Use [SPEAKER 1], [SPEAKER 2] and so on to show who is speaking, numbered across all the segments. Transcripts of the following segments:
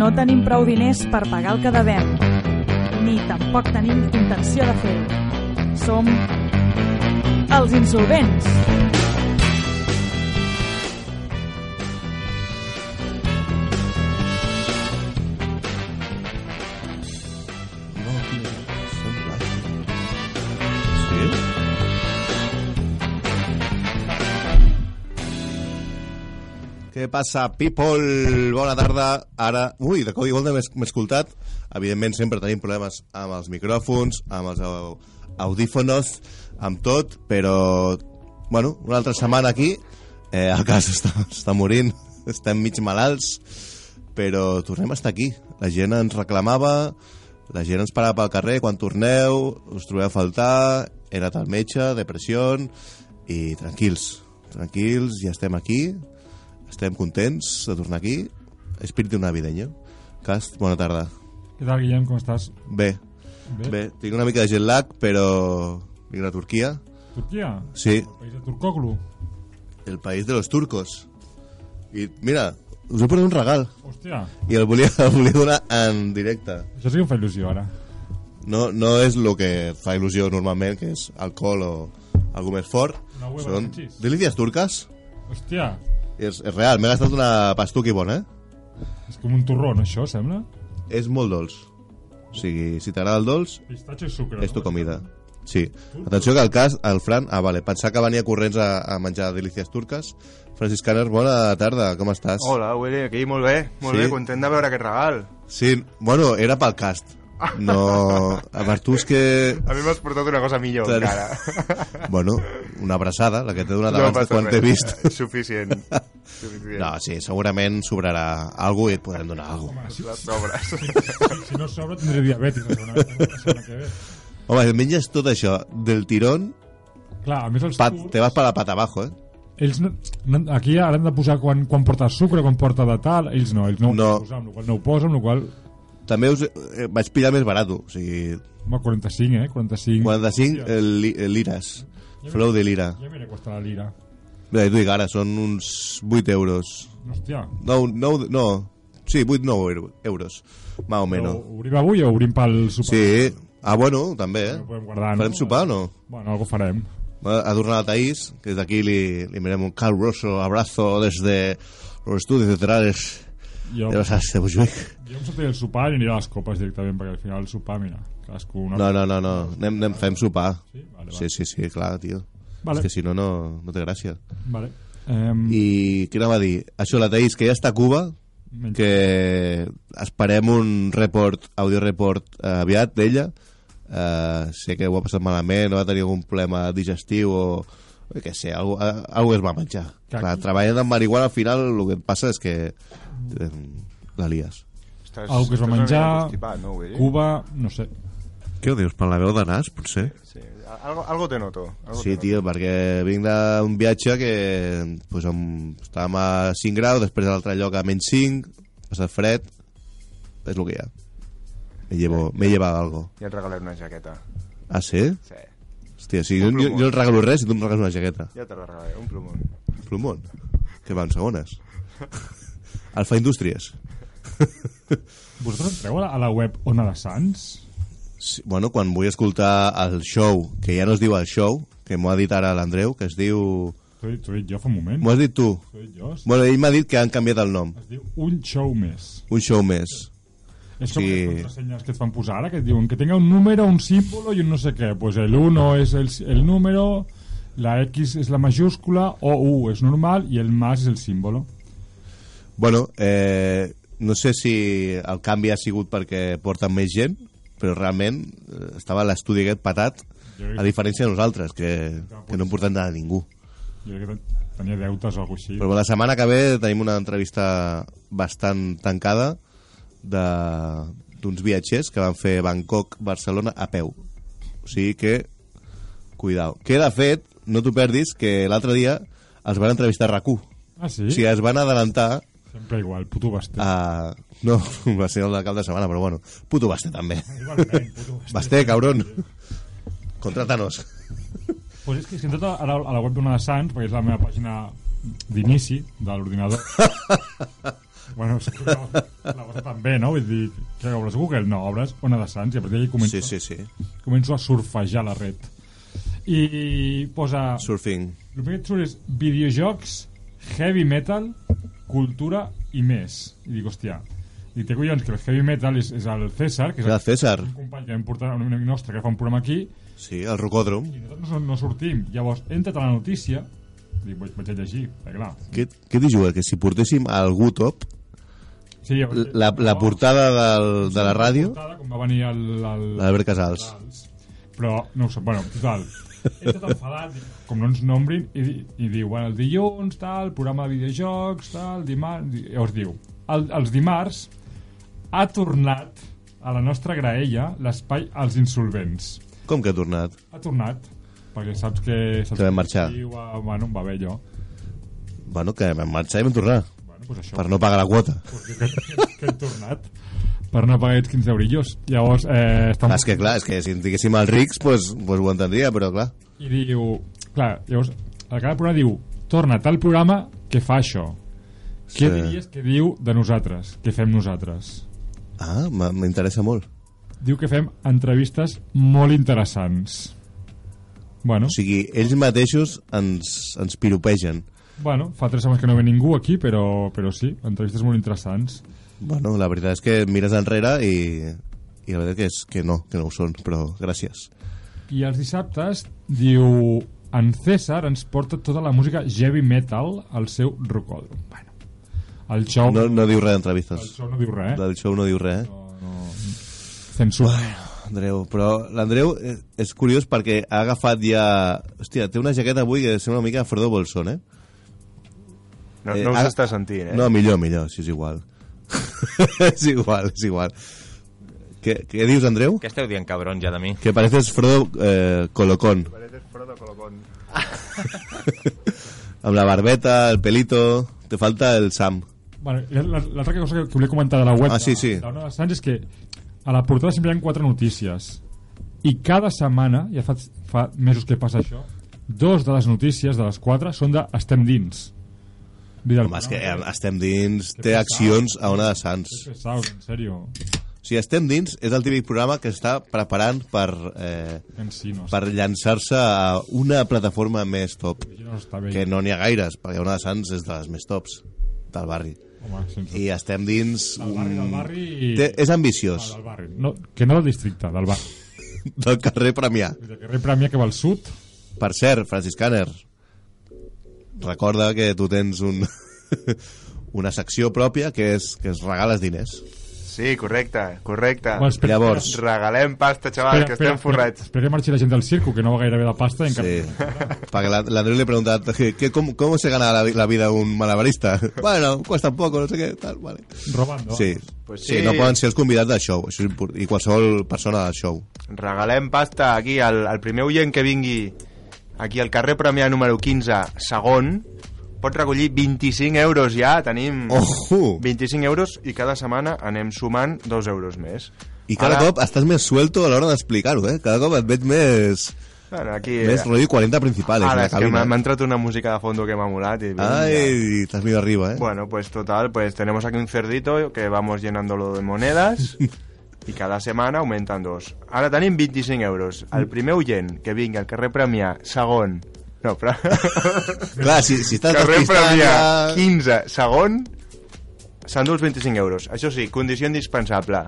[SPEAKER 1] No tenim prou diners per pagar el que devem, ni tampoc tenim intenció de fer-ho. Som els insolvents.
[SPEAKER 2] No, tio, són plàstics. Sí? Què passa, people? Bona tarda. Ara, ui, de cop i volta m'he m'he escoltat. Evidentment, sempre tenim problemes amb els micròfons, amb els au- audífonos, amb tot, però, bueno, una altra setmana aquí. Eh, el cas està, està morint, estem mig malalts, però tornem a estar aquí. La gent ens reclamava, la gent ens parava pel carrer, quan torneu, us trobeu a faltar, he anat al metge, depressió, i tranquils, tranquils, ja estem aquí, estem contents de tornar aquí. Espíritu navideño. Cast, bona tarda.
[SPEAKER 3] Què tal, Guillem, com estàs?
[SPEAKER 2] Bé, bé, tinc una mica de jet lag, però vinc a Turquia.
[SPEAKER 3] Turquia?
[SPEAKER 2] Sí,
[SPEAKER 3] El país de Turcoglu?
[SPEAKER 2] el país de los turcos. I mira, us he portat un regal
[SPEAKER 3] Hòstia,
[SPEAKER 2] i el volia, el volia donar en directe.
[SPEAKER 3] això sí que em fa il·lusió, ara.
[SPEAKER 2] No, no és el que fa il·lusió normalment, que és alcohol o alguna més fort.
[SPEAKER 3] Una hueva
[SPEAKER 2] Són
[SPEAKER 3] de xis.
[SPEAKER 2] delícies turques.
[SPEAKER 3] Hòstia,
[SPEAKER 2] És, és real, m'he gastat una pastuqui bona, eh?
[SPEAKER 3] és com un torró, no, això, sembla?
[SPEAKER 2] És molt dolç. O sigui, si t'agrada el dolç,
[SPEAKER 3] Pistatxo i sucre.
[SPEAKER 2] És
[SPEAKER 3] no?
[SPEAKER 2] tu comida. Sí. Atenció que el cas, el Fran... Ah, vale, pensar que venia corrents a, a menjar delícies turques. Francisc Caner, bona tarda, com estàs?
[SPEAKER 4] Hola, Willy, aquí, molt bé, molt
[SPEAKER 2] Sí?
[SPEAKER 4] bé, content de veure aquest regal.
[SPEAKER 2] Sí, bueno, era pel cast. No... A per tu és que...
[SPEAKER 4] A mi m'has portat una cosa millor,
[SPEAKER 2] Clar.
[SPEAKER 4] encara.
[SPEAKER 2] Bueno, una abraçada, la que t'he donat abans de
[SPEAKER 4] passa
[SPEAKER 2] quan t'he
[SPEAKER 4] res.
[SPEAKER 2] vist.
[SPEAKER 4] Suficient. Suficient.
[SPEAKER 2] No, sí, segurament sobrarà alguna i et podrem donar alguna
[SPEAKER 3] Home, si,
[SPEAKER 4] Les sobres.
[SPEAKER 3] si no sobra, tindré diabètic la setmana, la setmana que ve.
[SPEAKER 2] Home, et menges tot això del tirón,
[SPEAKER 3] Clar, a més els
[SPEAKER 2] pa,
[SPEAKER 3] turcs,
[SPEAKER 2] te vas per la pata abajo, eh?
[SPEAKER 3] ells no, no, aquí ara han de posar quan, quan porta sucre, quan porta de tal, ells no, ells no, ho
[SPEAKER 2] No.
[SPEAKER 3] han de posar, amb la qual cosa no ho posen, amb la qual cosa,
[SPEAKER 2] També us, eh, vaig pillar més barat, o sigui,
[SPEAKER 3] home, 45, eh, 45.
[SPEAKER 2] 45 eh, li- eh, lires. Flow de lira.
[SPEAKER 3] Ja mira, costa la lira.
[SPEAKER 2] Bé, tu dic ara, són uns 8 euros.
[SPEAKER 3] Hòstia,
[SPEAKER 2] 9, 9, no, sí, 8, 9 euro- euros, más o
[SPEAKER 3] però
[SPEAKER 2] menos.
[SPEAKER 3] ho obrim avui o obrim pel sopar?
[SPEAKER 2] Sí, ah, bueno, també, eh?
[SPEAKER 3] Ho podem guardar, no?
[SPEAKER 2] Farem sopar o no?
[SPEAKER 3] Bueno, algo farem.
[SPEAKER 2] Va Adornar la Taís, que desde aquí le, le miremos un caluroso abrazo desde los estudios centrales
[SPEAKER 3] Jo,
[SPEAKER 2] de Basas de Bushwick.
[SPEAKER 3] Jo em sortiré el sopar i aniré a les copes directament, perquè al final el sopar, mira, cadascú una...
[SPEAKER 2] No, no, no, no, anem, anem fem sopar.
[SPEAKER 3] Sí, vale,
[SPEAKER 2] Sí,
[SPEAKER 3] vale.
[SPEAKER 2] sí, sí, clar, tio.
[SPEAKER 3] Vale.
[SPEAKER 2] És que si no, no, no té gràcia.
[SPEAKER 3] vale. Um,
[SPEAKER 2] I què anava a dir? Això, la Taís, que ja està a Cuba,
[SPEAKER 3] menys...
[SPEAKER 2] que esperem un report, audio report eh, aviat d'ella. Eh, sé que ho ha passat malament, no va tenir algun problema digestiu o jo què sé, algú, eh, algú es va menjar.
[SPEAKER 3] Que
[SPEAKER 2] Clar,
[SPEAKER 3] aquí-
[SPEAKER 2] treballant amb marihuana al final el que et passa és que eh, la lies.
[SPEAKER 4] Estàs,
[SPEAKER 3] Algú que es va
[SPEAKER 4] estàs una mica
[SPEAKER 3] menjar,
[SPEAKER 4] constipat, No, Willy?
[SPEAKER 3] Cuba, no sé.
[SPEAKER 2] Què ho dius? Per la veu de nas, potser?
[SPEAKER 4] Sí, algo, algo te noto. Algo
[SPEAKER 2] Sí,
[SPEAKER 4] te
[SPEAKER 2] tio, perquè vinc d'un viatge que pues, amb, estàvem a 5 graus, després a l'altre lloc a menys 5, passat fred, és el que hi ha. Me llevo, me lleva algo.
[SPEAKER 4] Noto. I et regalaré una jaqueta.
[SPEAKER 2] Ah, sí?
[SPEAKER 4] Sí,
[SPEAKER 2] Hòstia, si jo,
[SPEAKER 4] Un
[SPEAKER 2] jo,
[SPEAKER 4] plumón.
[SPEAKER 2] jo et regalo res i tu em regales una jaqueta.
[SPEAKER 4] ja te la regalaré, un plomón.
[SPEAKER 2] Plumón. Que van segones. Alfa Indústries.
[SPEAKER 3] Vosaltres entreu a la, a la web Ona de Sants?
[SPEAKER 2] Sí, bueno, quan vull escoltar el show, que ja no es diu el show, que m'ho ha dit ara l'Andreu, que es diu...
[SPEAKER 3] T'ho he dit- t'ho he dit jo fa un moment.
[SPEAKER 2] M'ho has dit tu.
[SPEAKER 3] T'ho he dit jo. sí.
[SPEAKER 2] Bueno, ell m'ha dit que han canviat el nom.
[SPEAKER 3] Es diu Un Show Més.
[SPEAKER 2] Un show més.
[SPEAKER 3] És com
[SPEAKER 2] Sí.
[SPEAKER 3] les contrasenyes que et fan posar ara, que et diuen que tenga un número, un símbolo i un no sé què. Pues el 1 és el, el número, la X és la majúscula, o U és normal i el más és el símbolo.
[SPEAKER 2] Bueno, eh, no sé si el canvi ha sigut perquè porten més gent, però realment eh, estava l'estudi aquest patat, a diferència de nosaltres, que, que no en portem nada a ningú.
[SPEAKER 3] Jo crec que tenia deutes o alguna cosa així.
[SPEAKER 2] Però la setmana que ve tenim una entrevista bastant tancada de- d'uns viatgers que van fer Bangkok-Barcelona a peu. O sigui que, cuidao. Que, de fet, no t'ho perdis, que l'altre dia els van entrevistar a RAC1.
[SPEAKER 3] Ah, sí?
[SPEAKER 2] O sigui, es van adelantar
[SPEAKER 3] Sempre igual, puto basté.
[SPEAKER 2] Ah. a... No, va ser el de cap de setmana, però bueno. Puto Basté, també.
[SPEAKER 3] Igualment, puto basté.
[SPEAKER 2] Basté, cabrón. Contratanos.
[SPEAKER 3] Pues és que si entrat a la, a la web d'una de Sants, perquè és la meva pàgina d'inici de l'ordinador, Bueno, és que no, la cosa també, no? Vull dir, que obres Google? No, obres Ona de Sants i a partir d'allí començo,
[SPEAKER 2] Sí, sí, sí.
[SPEAKER 3] començo a surfejar la red. I posa...
[SPEAKER 2] Surfing.
[SPEAKER 3] El primer que et surt és videojocs, heavy metal, cultura i més. I dic, hòstia, i té collons que el heavy metal és, és el César, que és
[SPEAKER 2] Era César.
[SPEAKER 3] un company que hem portat, un amic nostre que fa un programa aquí,
[SPEAKER 2] Sí, el Rocòdrom.
[SPEAKER 3] i nosaltres no, no sortim. Llavors, entra a la notícia, dic, vaig, vaig a llegir, perquè clar...
[SPEAKER 2] Què, què dius, Joel? Que si portéssim a algú top,
[SPEAKER 3] Sí, llavors-
[SPEAKER 2] la, la portada del, de la ràdio,
[SPEAKER 3] portada, com va venir el... el,
[SPEAKER 2] l'Albert Casals.
[SPEAKER 3] Doncs, Però, no ho sé, bueno, total. He estat enfadat, com no ens nombrin, i, di- i diu, bueno, el dilluns, tal, programa de videojocs, tal, dimarts... I Llavors diu, el, els dimarts ha tornat a la nostra graella l'espai als insolvents.
[SPEAKER 2] Com que ha tornat?
[SPEAKER 3] Ha tornat, perquè saps que... Saps
[SPEAKER 2] Que vam marxar.
[SPEAKER 3] Diu, ah, bueno, em va bé allò.
[SPEAKER 2] Bueno, que vam marxar i vam tornar,
[SPEAKER 3] Bueno, doncs això,
[SPEAKER 2] per no pagar la quota.
[SPEAKER 3] perquè, que, que hem tornat per no pagar aquests 15 eurillos. Llavors, eh, està
[SPEAKER 2] És que, clar, és que si en diguéssim els rics, pues, pues ho entendria, però, clar,
[SPEAKER 3] i diu... Clar, llavors, a cada programa diu torna tal programa que fa això. Què
[SPEAKER 2] Sí.
[SPEAKER 3] diries que diu de nosaltres? Què fem nosaltres?
[SPEAKER 2] ah, m- m'interessa molt.
[SPEAKER 3] Diu que fem entrevistes molt interessants. Bueno,
[SPEAKER 2] O sigui, ells mateixos ens, ens piropegen.
[SPEAKER 3] bueno fa tres setmanes que no ve ningú aquí, però, però sí, entrevistes molt interessants.
[SPEAKER 2] Bueno, la veritat és que mires enrere i, i la veritat que és que no, que no ho són, però gràcies.
[SPEAKER 3] I els dissabtes diu en César ens porta tota la música heavy metal al seu rocòdrom. Bueno, el show no,
[SPEAKER 2] No, no diu res
[SPEAKER 3] el
[SPEAKER 2] d'entrevistes.
[SPEAKER 3] show no diu res, eh?
[SPEAKER 2] Del show no diu res, eh?
[SPEAKER 3] No, no. Censura.
[SPEAKER 2] Andreu, però l'Andreu eh, és curiós perquè ha agafat ja... Hòstia, té una jaqueta avui que sembla una mica Frodo Bolson, eh?
[SPEAKER 4] No,
[SPEAKER 2] Eh,
[SPEAKER 4] no
[SPEAKER 2] ara-
[SPEAKER 4] us està sentint, eh?
[SPEAKER 2] No, millor, millor, si és igual. és igual, és igual. Què, què dius, Andreu?
[SPEAKER 5] Què esteu dient, cabrón, ja de mi?
[SPEAKER 2] Que pareces Frodo eh, Colocón,
[SPEAKER 4] Pareces Frodo Colocón.
[SPEAKER 2] amb la barbeta, el pelito... Te falta el Sam.
[SPEAKER 3] Bueno, i la- L'altra cosa que, que volia comentar de la web
[SPEAKER 2] Ah, sí,
[SPEAKER 3] de-
[SPEAKER 2] sí.
[SPEAKER 3] de Ona de Sants és que a la portada sempre hi ha quatre notícies i cada setmana, ja fa, fa mesos que passa això, dos de les notícies de les quatre són de Estem dins. Vidal,
[SPEAKER 2] Home, és que eh, estem dins, té accions a Ona de Sants.
[SPEAKER 3] Pesaos, en serio.
[SPEAKER 2] O sigui, estem dins, és el típic programa que està preparant per, eh,
[SPEAKER 3] Ensinos.
[SPEAKER 2] per llançar-se a una plataforma més top.
[SPEAKER 3] Això no està bé.
[SPEAKER 2] que no n'hi ha gaires, perquè una de Sants és de les més tops del barri.
[SPEAKER 3] Home, sense...
[SPEAKER 2] I estem dins...
[SPEAKER 3] Del barri, del barri... i-
[SPEAKER 2] Té, és ambiciós,
[SPEAKER 3] Ah, del barri. No, que no del districte, del barri.
[SPEAKER 2] del carrer Premià.
[SPEAKER 3] Del carrer Premià que va al sud.
[SPEAKER 2] Per cert, Francis Caner, recorda que tu tens un, una secció pròpia que és que es regales diners.
[SPEAKER 4] Sí, correcte, correcte.
[SPEAKER 3] Home, espera,
[SPEAKER 2] Llavors,
[SPEAKER 4] Regalem pasta, xaval, Ah, que estem forrats.
[SPEAKER 3] Espera que marxi la gent del circo, que no va gaire bé de pasta. i encara-
[SPEAKER 2] Sí, perquè la- l'Andreu li he preguntat que, que com, com se gana la, vi- la vida un malabarista. Bueno, cuesta un poco, no sé què, tal, vale.
[SPEAKER 3] Robando.
[SPEAKER 2] Sí,
[SPEAKER 4] Pues
[SPEAKER 2] sí,
[SPEAKER 4] sí.
[SPEAKER 2] no poden ser els convidats del show, això és impor- i qualsevol persona del show.
[SPEAKER 4] Regalem pasta aquí al, al primer oient que vingui aquí al carrer Premià número 15, segon, pot recollir 25 euros ja, tenim
[SPEAKER 2] Oh!
[SPEAKER 4] 25 euros i cada setmana anem sumant 2 euros més.
[SPEAKER 2] I cada
[SPEAKER 4] Ara-
[SPEAKER 2] cop estàs més suelto a l'hora d'explicar-ho, eh? Cada cop et veig més...
[SPEAKER 4] Bueno, aquí,
[SPEAKER 2] Més rotllo 40 principales eh? en
[SPEAKER 4] Ara,
[SPEAKER 2] la
[SPEAKER 4] és que m'ha m'ha
[SPEAKER 2] cabina.
[SPEAKER 4] entrat una música de fondo que m'ha molat. I,
[SPEAKER 2] Ay, te has venido arriba, eh?
[SPEAKER 4] Bueno, pues total, pues tenemos aquí un cerdito que vamos llenándolo de monedas y cada semana aumentan dos. Ahora tenim 25 euros. El primer oient que vingui al carrer Premià, segon... No, però...
[SPEAKER 2] Clar, si, si estàs
[SPEAKER 4] carrer
[SPEAKER 2] despistant...
[SPEAKER 4] Premià,
[SPEAKER 2] Ja...
[SPEAKER 4] 15, segon, s'endú els 25 euros. Això sí, condició indispensable.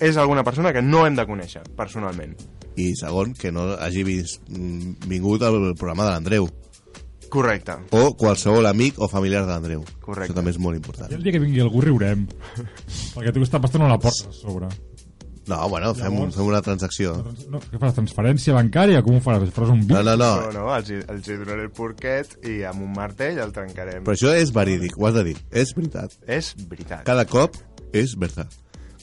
[SPEAKER 4] És alguna persona que no hem de conèixer, personalment.
[SPEAKER 2] I segon, que no hagi vist, mm, vingut al programa de l'Andreu.
[SPEAKER 4] Correcte.
[SPEAKER 2] O qualsevol amic o familiar de l'Andreu.
[SPEAKER 4] Correcte.
[SPEAKER 2] Això també és molt
[SPEAKER 3] I el
[SPEAKER 2] important.
[SPEAKER 3] dia que vingui algú riurem. perquè tu aquesta pasta no la portes a sobre.
[SPEAKER 2] No, bueno, fem, un,
[SPEAKER 3] Llavors-
[SPEAKER 2] fem una transacció.
[SPEAKER 3] No, què faràs? Transferència bancària? Com ho faràs? Faràs un
[SPEAKER 2] No,
[SPEAKER 3] bit?
[SPEAKER 2] no,
[SPEAKER 4] No,
[SPEAKER 2] no.
[SPEAKER 4] no, els, hi- els hi donaré el porquet i amb un martell el trencarem.
[SPEAKER 2] Però això és verídic, ho has de dir. És veritat.
[SPEAKER 4] És veritat.
[SPEAKER 2] Cada cop és veritat.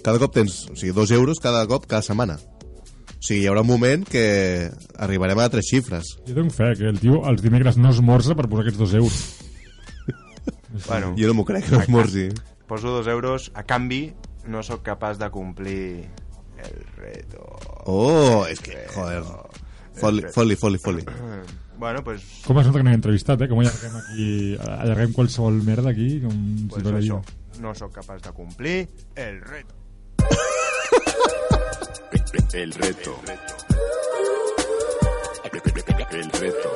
[SPEAKER 2] Cada cop tens, o sigui, dos euros cada cop cada setmana. O sigui, hi haurà un moment que arribarem a tres xifres.
[SPEAKER 3] Jo tinc fe que el tio els dimecres no esmorza per posar aquests dos euros.
[SPEAKER 4] Bueno,
[SPEAKER 2] Jo no m'ho crec, no morsi.
[SPEAKER 4] poso dos euros a canvi no sóc capaç de complir el reto
[SPEAKER 2] Oh, és que, joder. Fot-li, fot-li, fot-li, fot-li.
[SPEAKER 4] Bueno, pues...
[SPEAKER 3] Com es nota que no he entrevistat, eh? Com allarguem aquí... Allarguem qualsevol merda aquí, com
[SPEAKER 4] pues
[SPEAKER 3] si fos
[SPEAKER 4] això,
[SPEAKER 3] allò.
[SPEAKER 4] no sóc capaç de complir el reto.
[SPEAKER 5] El reto. El reto.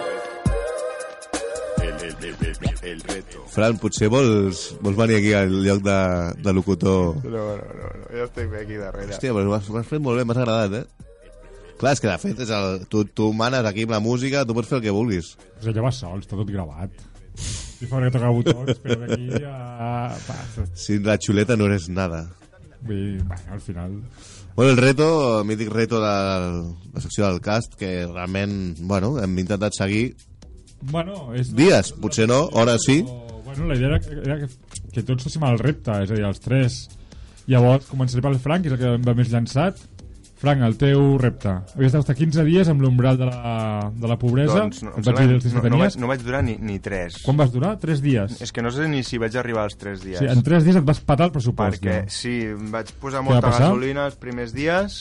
[SPEAKER 5] El, el, el, el, el reto.
[SPEAKER 2] Fran, potser vols, vols venir aquí al lloc de, de locutor...
[SPEAKER 4] No, no, no, no. jo estic bé aquí darrere.
[SPEAKER 2] Hòstia, però m'has m'has fet molt bé, m'has agradat, eh? Clar, és que de fet, és el, tu, tu manes aquí amb la música, tu pots fer el que vulguis.
[SPEAKER 3] Pues allà va sol, està tot gravat. I fora que toca botons, però d'aquí... A... Va, tot-
[SPEAKER 2] Si la xuleta no eres nada.
[SPEAKER 3] vull dir, bueno, al final...
[SPEAKER 2] Bueno, el reto, el mític reto de la secció del cast, que realment, bueno, hem intentat seguir
[SPEAKER 3] Bueno, és...
[SPEAKER 2] dies, potser no, hores sí.
[SPEAKER 3] Però, bueno, la idea era, que- era que, que tots fóssim al repte, és a dir, els tres. Llavors, començaré pel Frank, que és el que va més llançat. Frank, el teu repte. Havies d'estar 15 dies amb l'umbral de, la, de la pobresa.
[SPEAKER 4] Doncs, no,
[SPEAKER 3] Et
[SPEAKER 4] em
[SPEAKER 3] vaig
[SPEAKER 4] sembla
[SPEAKER 3] dir els
[SPEAKER 4] que
[SPEAKER 3] dies
[SPEAKER 4] no,
[SPEAKER 3] que
[SPEAKER 4] no, vaig,
[SPEAKER 3] tenies.
[SPEAKER 4] no vaig durar ni, ni tres.
[SPEAKER 3] Quan vas durar? 3 dies.
[SPEAKER 4] És que no sé ni si vaig arribar als tres dies.
[SPEAKER 3] O sigui, en 3 dies et vas patar el pressupost.
[SPEAKER 4] perquè
[SPEAKER 3] no?
[SPEAKER 4] sí, em vaig
[SPEAKER 3] Què
[SPEAKER 4] posar
[SPEAKER 3] va
[SPEAKER 4] molta
[SPEAKER 3] passar?
[SPEAKER 4] gasolina els primers dies,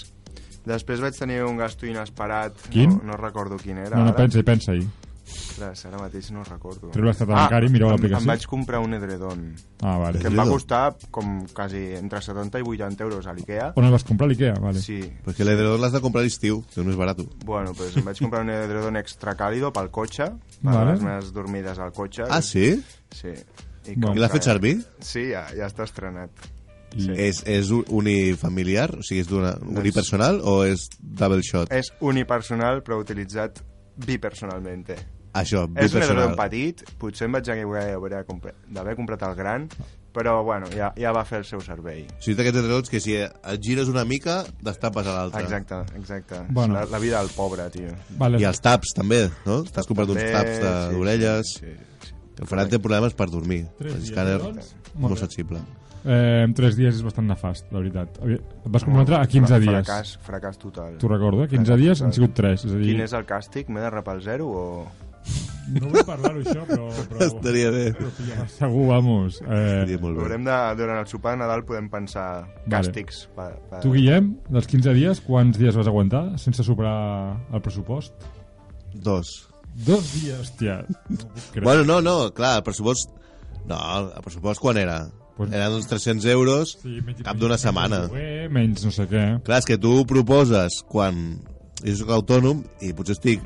[SPEAKER 4] després vaig tenir un gasto inesperat.
[SPEAKER 3] Quin?
[SPEAKER 4] No, no recordo quin era.
[SPEAKER 3] No, no,
[SPEAKER 4] ara.
[SPEAKER 3] pensa-hi, pensa-hi.
[SPEAKER 4] Ostres, ara mateix no recordo. Ah,
[SPEAKER 3] Treu l'estat bancari, mireu
[SPEAKER 4] em-
[SPEAKER 3] l'aplicació.
[SPEAKER 4] Em vaig comprar un edredon,
[SPEAKER 3] Ah, vale.
[SPEAKER 4] que em va costar com quasi entre 70 i 80 euros a l'IKEA.
[SPEAKER 3] On el vas comprar? A l'Ikea? Vale.
[SPEAKER 4] Sí,
[SPEAKER 2] Perquè l'edredor l'has de comprar a l'estiu, que és més barat.
[SPEAKER 4] bueno, pues em vaig comprar un edredon extra càlido pel cotxe, per
[SPEAKER 3] Vale.
[SPEAKER 4] les meves dormides al cotxe.
[SPEAKER 2] Ah, sí?
[SPEAKER 4] Sí. I,
[SPEAKER 3] Bueno.
[SPEAKER 4] com
[SPEAKER 2] I l'has
[SPEAKER 4] que-
[SPEAKER 2] fet servir?
[SPEAKER 4] Sí, ja, ja està estrenat.
[SPEAKER 3] I,
[SPEAKER 2] És, és u- unifamiliar? O sigui, és d'una unipersonal o és double shot?
[SPEAKER 4] És unipersonal, però utilitzat bipersonalment.
[SPEAKER 2] Això,
[SPEAKER 4] És un edredon
[SPEAKER 2] bipersonal.
[SPEAKER 4] petit, potser em vaig equivocar d'haver comprat- d'haver comprat el gran, però bueno, ja, ja va fer el seu servei.
[SPEAKER 2] O sigui, d'aquests edredons que si et gires una mica, destapes a l'altra.
[SPEAKER 4] Exacte, exacte.
[SPEAKER 3] Bueno.
[SPEAKER 4] Bueno. La, la vida del pobre, tio.
[SPEAKER 3] vale.
[SPEAKER 2] I els taps, també, no? T'has comprat uns
[SPEAKER 4] Bé,
[SPEAKER 2] taps de-
[SPEAKER 4] sí,
[SPEAKER 2] d'orelles.
[SPEAKER 4] Sí, sí, sí.
[SPEAKER 2] El Ferran té problemes per dormir.
[SPEAKER 3] Tres dies,
[SPEAKER 2] L'escàner
[SPEAKER 3] doncs. Molt
[SPEAKER 2] molt
[SPEAKER 3] bé.
[SPEAKER 2] sensible.
[SPEAKER 3] Eh, 3 dies és bastant nefast, la veritat. Havi- Et vas comprometre a 15 dies.
[SPEAKER 4] Fracàs, fracàs total.
[SPEAKER 3] T'ho recordo, eh? 15 dies han sigut 3. És a dir,
[SPEAKER 4] Quin és el càstig? M'he de rapar el zero o...?
[SPEAKER 3] No vull parlar-ho, això, però... però...
[SPEAKER 2] Estaria bé.
[SPEAKER 3] però segur, vamos. Eh,
[SPEAKER 2] Estaria molt bé.
[SPEAKER 4] Haurem de, durant el sopar de Nadal podem pensar càstigs. Per, per...
[SPEAKER 3] tu, Guillem, dels 15 dies, quants dies vas aguantar sense superar el pressupost?
[SPEAKER 2] Dos.
[SPEAKER 3] Dos dies, hòstia. No ho puc creure.
[SPEAKER 2] Bueno, no, no, clar, el pressupost... No, el pressupost quan era?
[SPEAKER 3] Pues-
[SPEAKER 2] Eren uns 300 euros
[SPEAKER 3] menys-
[SPEAKER 2] cap d'una
[SPEAKER 3] menys
[SPEAKER 2] setmana.
[SPEAKER 3] lloguer, Menys no sé què.
[SPEAKER 2] Clar, és que tu ho proposes quan jo soc autònom i potser estic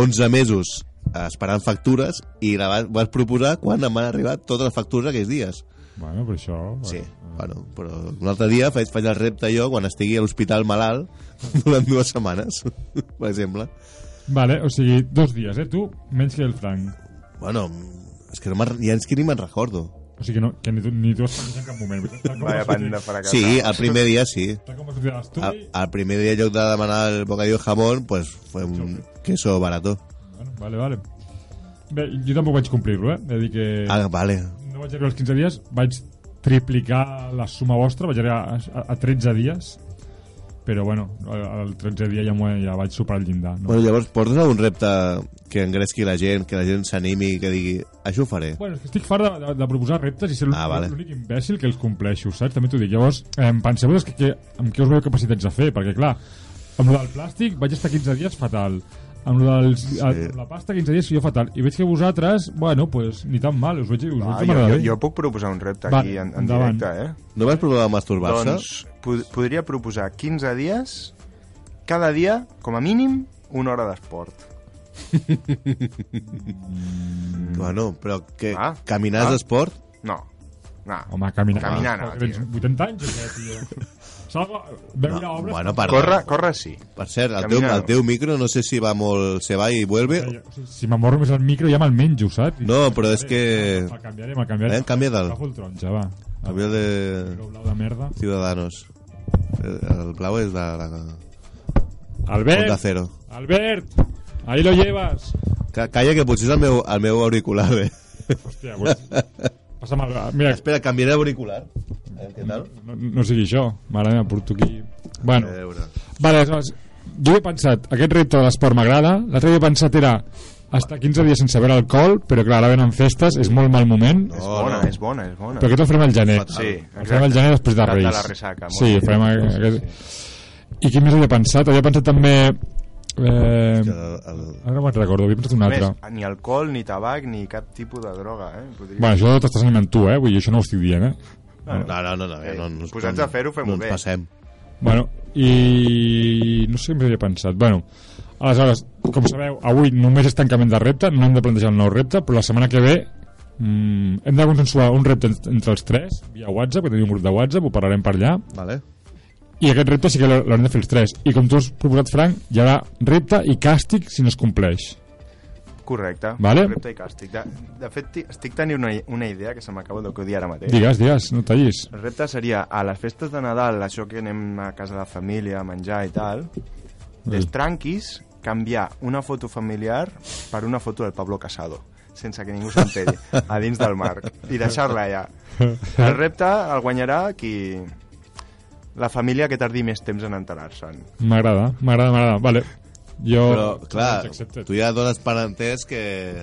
[SPEAKER 2] 11 mesos esperant factures i la vas, vas proposar quan em van arribar totes les factures aquells dies.
[SPEAKER 3] Bueno, però això...
[SPEAKER 2] Sí,
[SPEAKER 3] Bueno.
[SPEAKER 2] bueno, però un altre dia faig, faig el repte jo quan estigui a l'hospital malalt durant dues setmanes, per exemple.
[SPEAKER 3] Vale, o sigui, dos dies, eh? Tu, menys que el Frank.
[SPEAKER 2] Bueno, és que no me'n- ja és que ni me'n recordo.
[SPEAKER 3] O sigui, que, no, que ni tu, ni tu has pensat en cap moment. Tal com
[SPEAKER 4] Vaya
[SPEAKER 3] vas sortir-
[SPEAKER 4] banda fracassada.
[SPEAKER 2] Sí, el primer dia sí.
[SPEAKER 3] Tal com vas sortir de l'estudi...
[SPEAKER 2] Al, al primer día yo de manar el bocadillo de jamón, pues fue un queso barato.
[SPEAKER 3] Bueno, vale, vale. Bé, jo tampoc vaig complir-lo, eh? És a dir que...
[SPEAKER 2] Ah, vale.
[SPEAKER 3] no vaig arribar als 15 dies, vaig triplicar la suma vostra, vaig arribar a, a, a 13 dies, però bueno, al- al 13 dia ja, m'ho- ja vaig superar el llindar. No?
[SPEAKER 2] Bueno, llavors, portes algun repte que engresqui la gent, que la gent s'animi, que digui, això ho faré.
[SPEAKER 3] Bueno, és que estic fart de, de, de proposar reptes i ser l'únic
[SPEAKER 2] Ah,
[SPEAKER 3] ah,
[SPEAKER 2] vale.
[SPEAKER 3] vale. imbècil que els compleixo, saps? També t'ho dic. Llavors, eh, penseu-vos que, que, amb què us veieu capacitats de fer, perquè clar, amb lo del plàstic vaig estar 15 dies fatal, amb, lo dels, amb la pasta 15 dies jo fatal, i veig que vosaltres, bueno, pues, ni tan mal, us veig, us
[SPEAKER 4] Ah,
[SPEAKER 3] veig que
[SPEAKER 4] jo,
[SPEAKER 3] m'agrada
[SPEAKER 4] jo,
[SPEAKER 3] bé.
[SPEAKER 4] jo puc proposar un repte
[SPEAKER 3] Va,
[SPEAKER 4] aquí en, en
[SPEAKER 3] endavant.
[SPEAKER 4] directe, eh?
[SPEAKER 2] No vas provar masturbar-se?
[SPEAKER 4] Doncs pod podria proposar 15 dies, cada dia, com a mínim, una hora d'esport.
[SPEAKER 2] Bueno, però que
[SPEAKER 4] mm. Ah,
[SPEAKER 2] caminars
[SPEAKER 4] ah.
[SPEAKER 2] d'esport?
[SPEAKER 4] No, no.
[SPEAKER 3] Home, caminar.
[SPEAKER 4] Caminar no,
[SPEAKER 3] Ah, tens
[SPEAKER 4] tio.
[SPEAKER 3] 80 anys, o què, tio? Salva, veure
[SPEAKER 2] No,
[SPEAKER 3] obres...
[SPEAKER 2] bueno, per,
[SPEAKER 4] Corre, corre sí.
[SPEAKER 2] per cert, el teu,
[SPEAKER 4] Caminar no.
[SPEAKER 2] el teu micro no sé si va molt... se va i vuelve.
[SPEAKER 3] O sigui, Eh, si m'amorro més el micro ja me'l menjo, saps?
[SPEAKER 2] No, però és que...
[SPEAKER 3] El canviaré, me'l canviaré.
[SPEAKER 2] Eh, canvia'l.
[SPEAKER 3] Agafo el taronja, va.
[SPEAKER 2] Canvia el de
[SPEAKER 3] Micro blau de merda.
[SPEAKER 2] Ciudadanos. El el blau és de la... Onda
[SPEAKER 3] Albert!
[SPEAKER 2] Cero.
[SPEAKER 3] Albert! Ahí lo llevas!
[SPEAKER 2] Ca- Calla, que potser és el meu, el meu auricular, eh?
[SPEAKER 3] Hòstia, pues... Passa'm el... Mira,
[SPEAKER 2] Espera, canviaré auricular. A veure què tal?
[SPEAKER 4] Mm.
[SPEAKER 2] Eh,
[SPEAKER 3] no, no sigui això. Mare meva, porto aquí...
[SPEAKER 2] A
[SPEAKER 3] Bueno,
[SPEAKER 2] veure.
[SPEAKER 3] Vale, aleshores, jo he pensat, aquest repte de l'esport m'agrada, l'altre dia he pensat era estar 15 dies sense beure alcohol, però clar, ara venen festes, és molt mal moment,
[SPEAKER 4] És
[SPEAKER 2] No,
[SPEAKER 4] bona,
[SPEAKER 2] Oh, no.
[SPEAKER 4] és bona, és bona.
[SPEAKER 3] però aquest el farem al gener.
[SPEAKER 2] Fatal.
[SPEAKER 4] Sí,
[SPEAKER 3] El farem al
[SPEAKER 4] exacte.
[SPEAKER 3] gener després de
[SPEAKER 4] Cap de
[SPEAKER 3] Reis.
[SPEAKER 4] la ressaca, molt
[SPEAKER 3] sí,
[SPEAKER 4] bé.
[SPEAKER 3] el farem a... Aquest... I què més havia pensat? Havia pensat també Eh,
[SPEAKER 2] Que el, el,
[SPEAKER 3] ara me'n recordo, havia pensat un
[SPEAKER 4] A més,
[SPEAKER 3] altre.
[SPEAKER 4] ni alcohol, ni tabac, ni cap tipus de droga, eh? Podria...
[SPEAKER 3] Bueno, això t'estàs animant tu, eh? Vull dir, això no ho estic dient, eh?
[SPEAKER 2] no, no, no, no, no, no,
[SPEAKER 4] eh, Posats
[SPEAKER 2] no,
[SPEAKER 4] a fer-ho, fem-ho
[SPEAKER 2] no ens
[SPEAKER 4] bé.
[SPEAKER 2] passem.
[SPEAKER 3] Bueno, i no sé què havia pensat. Bueno, aleshores, com sabeu, avui només és tancament de repte, no hem de plantejar el nou repte, però la setmana que ve mm, hem de consensuar un repte en- entre els tres, via WhatsApp, que tenim un grup de WhatsApp, ho parlarem per allà,
[SPEAKER 2] Vale.
[SPEAKER 3] i aquest repte sí que l'ha- l'haurem de fer els tres. I com tu has proposat, Frank, hi haurà repte i càstig si no es compleix.
[SPEAKER 4] Correcte.
[SPEAKER 3] Vale.
[SPEAKER 4] Repte i càstig. De, de fet, ti- estic tenint una, una idea que se m'acaba d'acudir ara mateix.
[SPEAKER 3] Digues, digues, no tallis.
[SPEAKER 4] El repte seria, a les festes de Nadal, això que anem a casa de família a menjar i tal,
[SPEAKER 3] Mm.
[SPEAKER 4] dels tranquis, canviar una foto familiar per una foto del Pablo Casado, sense que ningú s'enteri, a dins del mar, i deixar-la allà. El repte el guanyarà qui... La família que tardi més temps en enterar-se'n.
[SPEAKER 3] M'agrada, m'agrada, m'agrada. Vale. Jo...
[SPEAKER 2] Però, clar,
[SPEAKER 3] Accepted.
[SPEAKER 2] tu ja dones per entès que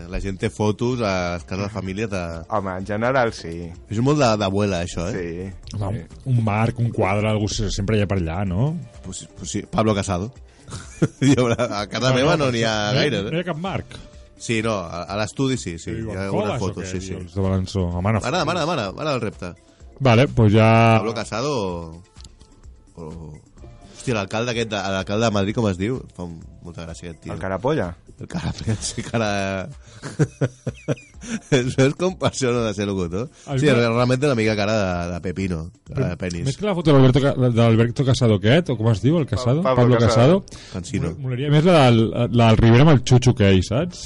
[SPEAKER 2] la gent té fotos eh, a les cases de família. De...
[SPEAKER 4] Home, en general sí.
[SPEAKER 3] Eh?
[SPEAKER 2] És molt de- d'abuela, això, eh?
[SPEAKER 4] Sí.
[SPEAKER 3] Home, un marc, un quadre, algú se- sempre hi ha per allà, no?
[SPEAKER 2] Sí. Pues, pues sí, Pablo Casado. Hi haurà- a casa meva no n'hi ha gaire,
[SPEAKER 3] No hi
[SPEAKER 2] eh?
[SPEAKER 3] ha cap marc.
[SPEAKER 2] Sí, no, a, a l'estudi sí, sí. Hi ha algunes fotos, sí, sí.
[SPEAKER 3] De Balançó. Home, no.
[SPEAKER 2] Mana, mana, mana, mana el repte.
[SPEAKER 3] Vale, doncs ja...
[SPEAKER 2] Pablo Casado o... o... Hòstia, l'alcalde aquest, de- l'alcalde de Madrid, com es diu? Fa molta gràcia aquest tio.
[SPEAKER 4] El carapolla.
[SPEAKER 2] El cara sí, cara... eh, Eso es compasión de ser locutor.
[SPEAKER 3] Alguna-
[SPEAKER 2] Sí, realmente una mica cara de, de pepino, cara de
[SPEAKER 3] Més
[SPEAKER 2] penis.
[SPEAKER 3] que la foto d'Alberto Ca- d'Alberto Casado aquest, o com es diu, el Casado?
[SPEAKER 4] Pablo
[SPEAKER 3] Casado.
[SPEAKER 4] Casado.
[SPEAKER 2] Cansino.
[SPEAKER 3] Molaria més la del, la del Rivera amb el xutxo que ell, saps?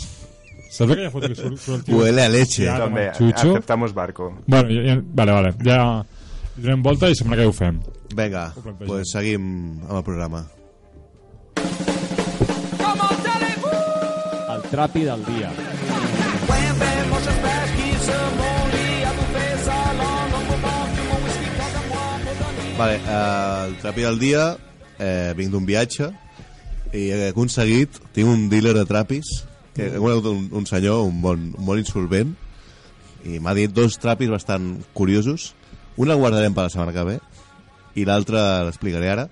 [SPEAKER 3] Saps aquella foto que surt, surt el tio?
[SPEAKER 2] Huele a leche.
[SPEAKER 3] Ara amb
[SPEAKER 4] També,
[SPEAKER 3] el Chucho.
[SPEAKER 4] aceptamos barco.
[SPEAKER 3] Bueno, ja, ja, vale, vale. Ja li donem volta i sembla que ja ho fem.
[SPEAKER 2] Venga,
[SPEAKER 3] plantegem.
[SPEAKER 2] pues seguim amb el programa.
[SPEAKER 6] El trapi del dia.
[SPEAKER 2] Vale, eh, el trapi del dia, eh, vinc d'un viatge i he aconseguit, tinc un dealer de trapis, que he conegut un, un senyor, un bon, un bon insolvent, i m'ha dit dos trapis bastant curiosos. Un el guardarem per la setmana que ve i l'altre l'explicaré ara.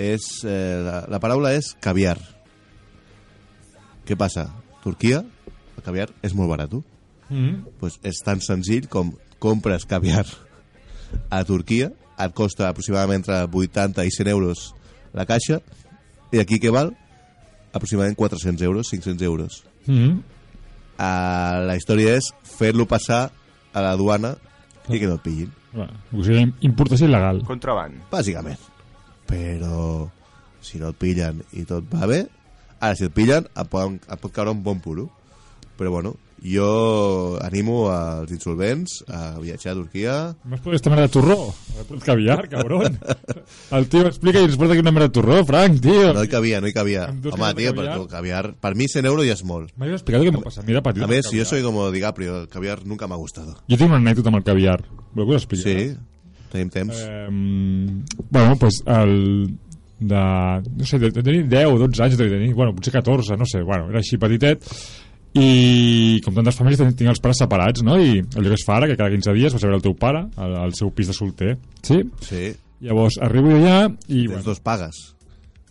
[SPEAKER 2] És, eh, la, la paraula és caviar. Què passa? Turquia, el caviar és molt barat.
[SPEAKER 3] Mm
[SPEAKER 2] Pues és tan senzill com compres caviar a Turquia, et costa aproximadament entre 80 i 100 euros la caixa, i aquí què val? Aproximadament 400 euros, 500 euros.
[SPEAKER 3] -hmm.
[SPEAKER 2] Uh, la història és fer-lo passar a la duana i que no et pillin,
[SPEAKER 3] Bueno, o sigui, importació il·legal.
[SPEAKER 4] Contraband.
[SPEAKER 2] bàsicament. Però si no et pillen i tot va bé, ara si et pillen et, poden, et pot caure un bon puro. Però bueno, jo animo als insolvents a viatjar a Turquia,
[SPEAKER 3] M'has posat aquesta mena de torró? El caviar, cabron. El tio explica i ens porta aquí una mena de torró, Frank, tio.
[SPEAKER 2] No hi cabia, no hi cabia.
[SPEAKER 3] Amb dos
[SPEAKER 2] Home,
[SPEAKER 3] quilos de
[SPEAKER 2] tio, però
[SPEAKER 3] caviar.
[SPEAKER 2] tu, caviar... Per mi 100 euros ja és molt.
[SPEAKER 3] M'havies explicat què m'ha passat. Mira, petit.
[SPEAKER 2] A
[SPEAKER 3] el
[SPEAKER 2] més, jo
[SPEAKER 3] caviar.
[SPEAKER 2] soy como DiCaprio, el caviar nunca m'ha gustado.
[SPEAKER 3] Jo tinc una anècdota amb el caviar. Voleu que us expliqui?
[SPEAKER 2] Sí, tenim temps.
[SPEAKER 3] Eh, bueno, pues el de, no sé, de, de tenir 10 o 12 anys, de tenir, bueno, potser 14, no sé, bueno, era així petitet, i com tantes famílies ten- tinc els pares separats, no? I allò que es fa ara, que cada 15 dies vas a veure el teu pare, al, al seu pis de solter, sí?
[SPEAKER 2] Sí,
[SPEAKER 3] Llavors, arribo allà i,
[SPEAKER 2] tens
[SPEAKER 3] bueno,
[SPEAKER 2] dos pagues.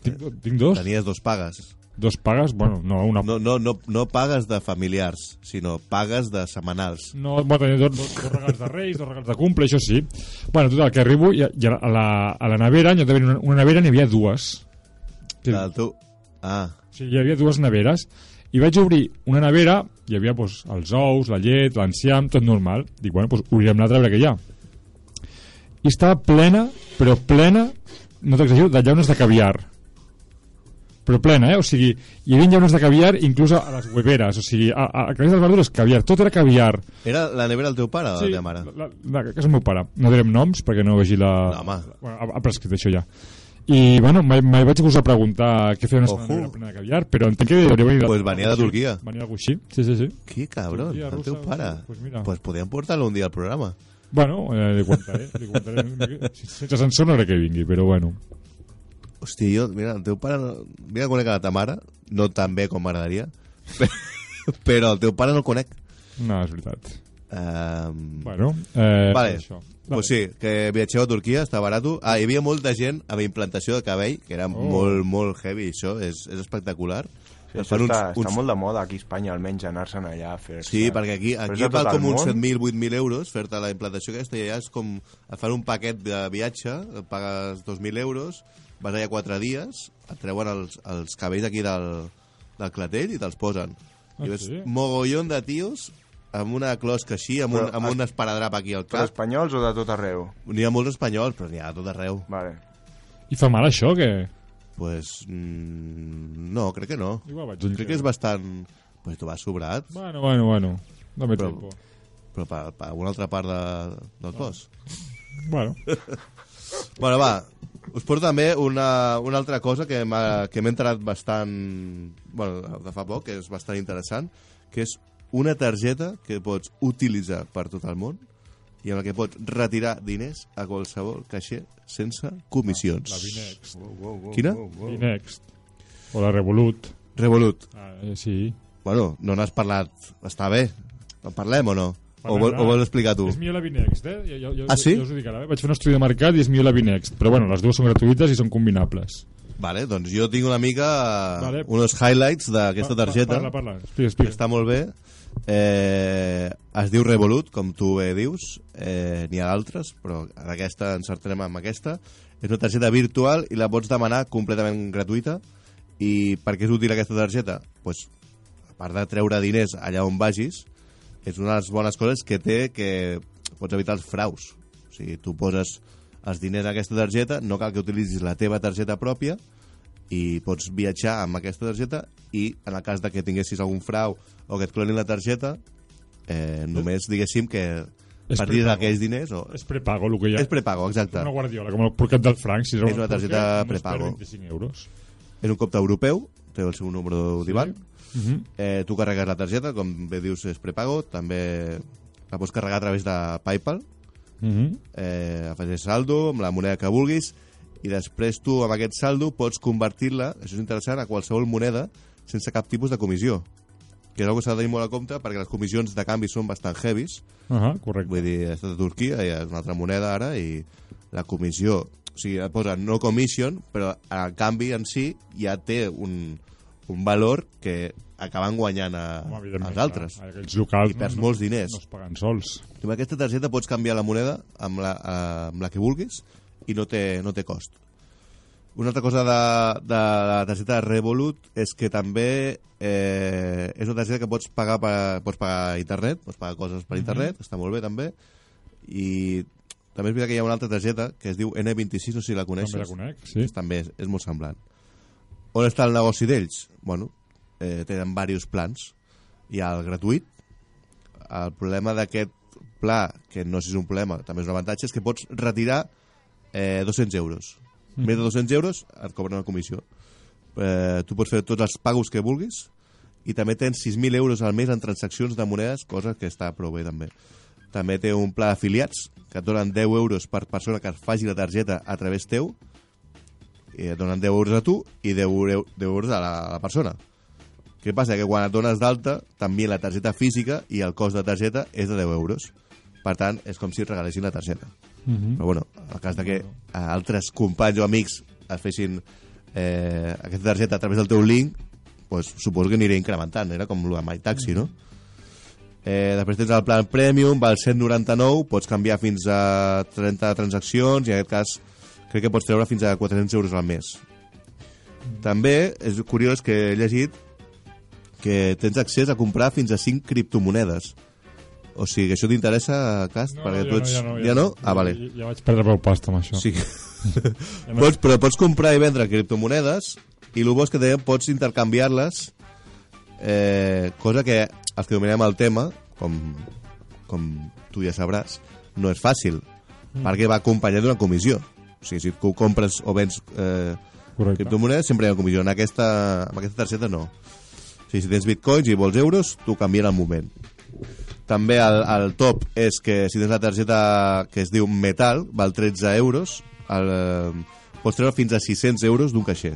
[SPEAKER 3] tinc, do- tinc dos,
[SPEAKER 2] Tenies dos pagues.
[SPEAKER 3] dos pagues, bueno, no, una... No,
[SPEAKER 2] No, no, no, no pagues de familiars, sinó pagues de setmanals.
[SPEAKER 3] no bueno, tenia dos, dos, dos regals de reis, dos regals de cumple, això sí. Bueno, total, que arribo i, a- i a, la, a, la, a la nevera, en lloc d'haver una, una nevera, n'hi havia dues. Que-
[SPEAKER 2] La de tu... Ah,
[SPEAKER 3] O sigui, hi havia dues neveres i vaig obrir una nevera, hi havia doncs, els ous, la llet, l'enciam, tot normal. Dic, bueno, doncs obrirem l'altra a veure què hi ha. I estava plena, però plena, no t'exagero, de llaunes de caviar. Però plena, eh? O sigui, hi havia llaunes de caviar inclús a, a les hueveres, o sigui, a, a, a Carles del Verdures, caviar, tot era caviar.
[SPEAKER 2] era la nevera del teu pare o de la teva mare?
[SPEAKER 3] La, la, la, que és el meu pare. No direm noms perquè no vegi la...
[SPEAKER 2] No, home.
[SPEAKER 3] Bueno, ha, ha prescrit això ja. I, bueno, mai, mai vaig gosar preguntar què feia una
[SPEAKER 2] Ojo.
[SPEAKER 3] setmana plena de caviar, però entenc que hauria venir...
[SPEAKER 2] Pues venia de Turquia.
[SPEAKER 3] Venia d'algú així, sí, sí, sí.
[SPEAKER 2] Qui, cabron,
[SPEAKER 3] Turquia,
[SPEAKER 2] el teu
[SPEAKER 3] russa,
[SPEAKER 2] pare.
[SPEAKER 3] pues mira.
[SPEAKER 2] Pues podíem portar-lo un dia al programa.
[SPEAKER 3] Bueno, eh, li contaré, li contaré. Sense sensor no era que vingui, però bueno.
[SPEAKER 2] Hòstia, jo, mira, el teu pare... No... Mira, conec a la ta mare, no tan bé com m'agradaria, però el teu pare no el conec.
[SPEAKER 3] No, és veritat.
[SPEAKER 2] Um,
[SPEAKER 3] Bueno, eh,
[SPEAKER 2] Vale.
[SPEAKER 3] això.
[SPEAKER 2] Pues sí, que viatgeu a Turquia, està barat. Ah, hi havia molta gent amb implantació de cabell, que
[SPEAKER 3] Oh.
[SPEAKER 2] era molt, molt heavy, això. És, és espectacular.
[SPEAKER 4] Sí,
[SPEAKER 2] Et
[SPEAKER 4] això
[SPEAKER 2] fan uns-
[SPEAKER 4] està,
[SPEAKER 2] uns-
[SPEAKER 4] està molt de moda aquí a Espanya, almenys anar-se'n allà a fer
[SPEAKER 2] Sí, perquè aquí,
[SPEAKER 4] Però
[SPEAKER 2] aquí
[SPEAKER 4] és de
[SPEAKER 2] val
[SPEAKER 4] tot el
[SPEAKER 2] com uns
[SPEAKER 4] món.
[SPEAKER 2] 7.000, 8.000 euros fer-te la implantació aquesta i allà és com et fan un paquet de viatge, et pagues 2.000 euros, vas allà 4 dies, et treuen els, els cabells aquí del, del clatell i te'ls posen.
[SPEAKER 3] Ah,
[SPEAKER 2] I ves
[SPEAKER 3] sí?
[SPEAKER 2] mogollón de tios amb una closca així, amb un,
[SPEAKER 4] Però
[SPEAKER 2] amb
[SPEAKER 4] es-
[SPEAKER 2] un esparadrap aquí al
[SPEAKER 4] Però
[SPEAKER 2] cap.
[SPEAKER 4] espanyols o de tot arreu?
[SPEAKER 2] N'hi ha molts espanyols, però n'hi ha a tot arreu.
[SPEAKER 4] Vale.
[SPEAKER 3] I fa mal això, que...
[SPEAKER 2] Pues, mm, no, crec que no.
[SPEAKER 3] Igual vaig un
[SPEAKER 2] Crec que és bastant... Pues tu vas sobrat,
[SPEAKER 3] Bueno, bueno, bueno. Dame
[SPEAKER 2] Però-
[SPEAKER 3] tiempo.
[SPEAKER 2] però per, per alguna altra part de, del cos.
[SPEAKER 3] Bueno,
[SPEAKER 2] Bueno, va, us porto també una, una altra cosa que m'ha- que m'he enterat bastant, bueno, de fa poc, que és bastant interessant, que és una targeta que pots utilitzar per tot el món i amb la que pots retirar diners a qualsevol caixer sense comissions.
[SPEAKER 3] Ah, la Vinext.
[SPEAKER 2] Quina?
[SPEAKER 3] Vinext. O la Revolut.
[SPEAKER 2] Revolut.
[SPEAKER 3] Ah, eh, sí.
[SPEAKER 2] Bueno, no n'has parlat. Està bé. En parlem o no? O, vol,
[SPEAKER 3] Parlem,
[SPEAKER 2] o vols explicar tu?
[SPEAKER 3] És millor la Vinext, eh? Jo, jo, jo,
[SPEAKER 2] Ah, sí?
[SPEAKER 3] Jo us ho dic ara, eh? Vaig fer un estudi de mercat i és millor la Vinext. Però bueno, les dues són gratuïtes i són combinables.
[SPEAKER 2] Vale, doncs jo tinc una mica
[SPEAKER 3] Vale.
[SPEAKER 2] unos highlights d'aquesta
[SPEAKER 3] Pa- pa-
[SPEAKER 2] targeta.
[SPEAKER 3] Parla, parla. Explica, explica.
[SPEAKER 2] està molt bé. Eh, es diu Revolut, com tu bé dius. Eh, N'hi ha d'altres, però en aquesta ens centrem amb aquesta. És una targeta virtual i la pots demanar completament gratuïta. I per què és útil aquesta targeta? Pues, a part de treure diners allà on vagis, és una de les bones coses que té que pots evitar els fraus. O sigui, tu poses els diners a aquesta targeta, no cal que utilitzis la teva targeta pròpia, i pots viatjar amb aquesta targeta i en el cas de que tinguessis algun frau o que et clonin la targeta eh, només diguéssim que
[SPEAKER 3] És
[SPEAKER 2] partir
[SPEAKER 3] prepago.
[SPEAKER 2] d'aquells diners o...
[SPEAKER 3] És prepago, el que hi ha.
[SPEAKER 2] és prepago, exacte
[SPEAKER 3] Una guardiola, com el porquet del Franc. Si
[SPEAKER 2] És una targeta prepago.
[SPEAKER 3] 25 euros.
[SPEAKER 2] és un compte europeu té el seu número d'Ivan
[SPEAKER 3] Uh -huh.
[SPEAKER 2] eh, tu carregues la targeta, com bé dius és prepago també la pots carregar a través de Paypal
[SPEAKER 3] Uh -huh.
[SPEAKER 2] eh, afegeix saldo amb la moneda que vulguis i després tu amb aquest saldo pots convertir-la, això és interessant, a qualsevol moneda sense cap tipus de comissió que és una cosa que s'ha de tenir molt a compte perquè les comissions de canvi són bastant heavies
[SPEAKER 3] Uh -huh, correcte.
[SPEAKER 2] vull dir, ha estat a Turquia i és una altra moneda ara i la comissió o sigui, et posa no commission però el canvi en si ja té un, un valor que acaben guanyant a,
[SPEAKER 3] Home, evidentment,
[SPEAKER 2] als altres
[SPEAKER 3] clar, Aquells locals
[SPEAKER 2] i perds
[SPEAKER 3] no,
[SPEAKER 2] molts diners
[SPEAKER 3] no es paguen sols.
[SPEAKER 2] i amb aquesta targeta pots canviar la moneda amb la, eh, amb la que vulguis i no té, no té cost. Una altra cosa de, de la targeta Revolut és que també eh, és una targeta que pots pagar per, pots pagar a internet, pots pagar coses
[SPEAKER 3] Mhm.
[SPEAKER 2] per internet, està molt bé també, i també és veritat que hi ha una altra targeta que es diu N26, no sé si la coneixes
[SPEAKER 3] També la conec, sí.
[SPEAKER 2] doncs també és, és molt semblant. On està el negoci d'ells? Bueno, eh, tenen diversos plans. Hi ha el gratuït. El problema d'aquest pla, que no sé si és un problema, també és un avantatge, és que pots retirar eh, 200 euros. Més de 200 euros et cobren una comissió. Eh, tu pots fer tots els pagos que vulguis i també tens 6.000 euros al mes en transaccions de monedes, cosa que està prou bé també. També té un pla d'afiliats que et donen 10 euros per persona que et faci la targeta a través teu i et donen 10 euros a tu i 10, eu- 10 euros a la, a la persona. Què passa? Que quan et dones d'alta, també la targeta física i el cost de targeta és de 10 euros. Per tant, és com si et regalessin la targeta. Mm -hmm. Però bueno, en el cas de que eh, altres companys o amics es fessin eh, aquesta targeta a través del teu link, doncs suposo que aniré incrementant. Era com el de MyTaxi, no? Eh, després tens el plan Premium, val 199, pots canviar fins a 30 transaccions i en aquest cas crec que pots treure fins a 400 euros al mes. Mm-hmm. També és curiós que he llegit que tens accés a comprar fins a 5 criptomonedes. O sigui, que això t'interessa, Cast? perquè tu ets... ja no? Ah, vale.
[SPEAKER 3] Ja, ja vaig perdre prou pasta amb això.
[SPEAKER 2] Sí. pots, però pots comprar i vendre criptomonedes i el bo és que també pots intercanviar-les eh, cosa que els que dominem el tema com, com tu ja sabràs no és fàcil perquè va acompanyat d'una comissió o sigui, si tu compres o vens eh,
[SPEAKER 3] Correcte.
[SPEAKER 2] criptomonedes sempre hi ha una comissió en aquesta, en aquesta targeta no o sigui, si tens bitcoins i vols euros t'ho canvien al moment també el, el top és que si tens la targeta que es diu Metal, val 13 euros, el, eh, pots treure fins a 600 euros d'un caixer.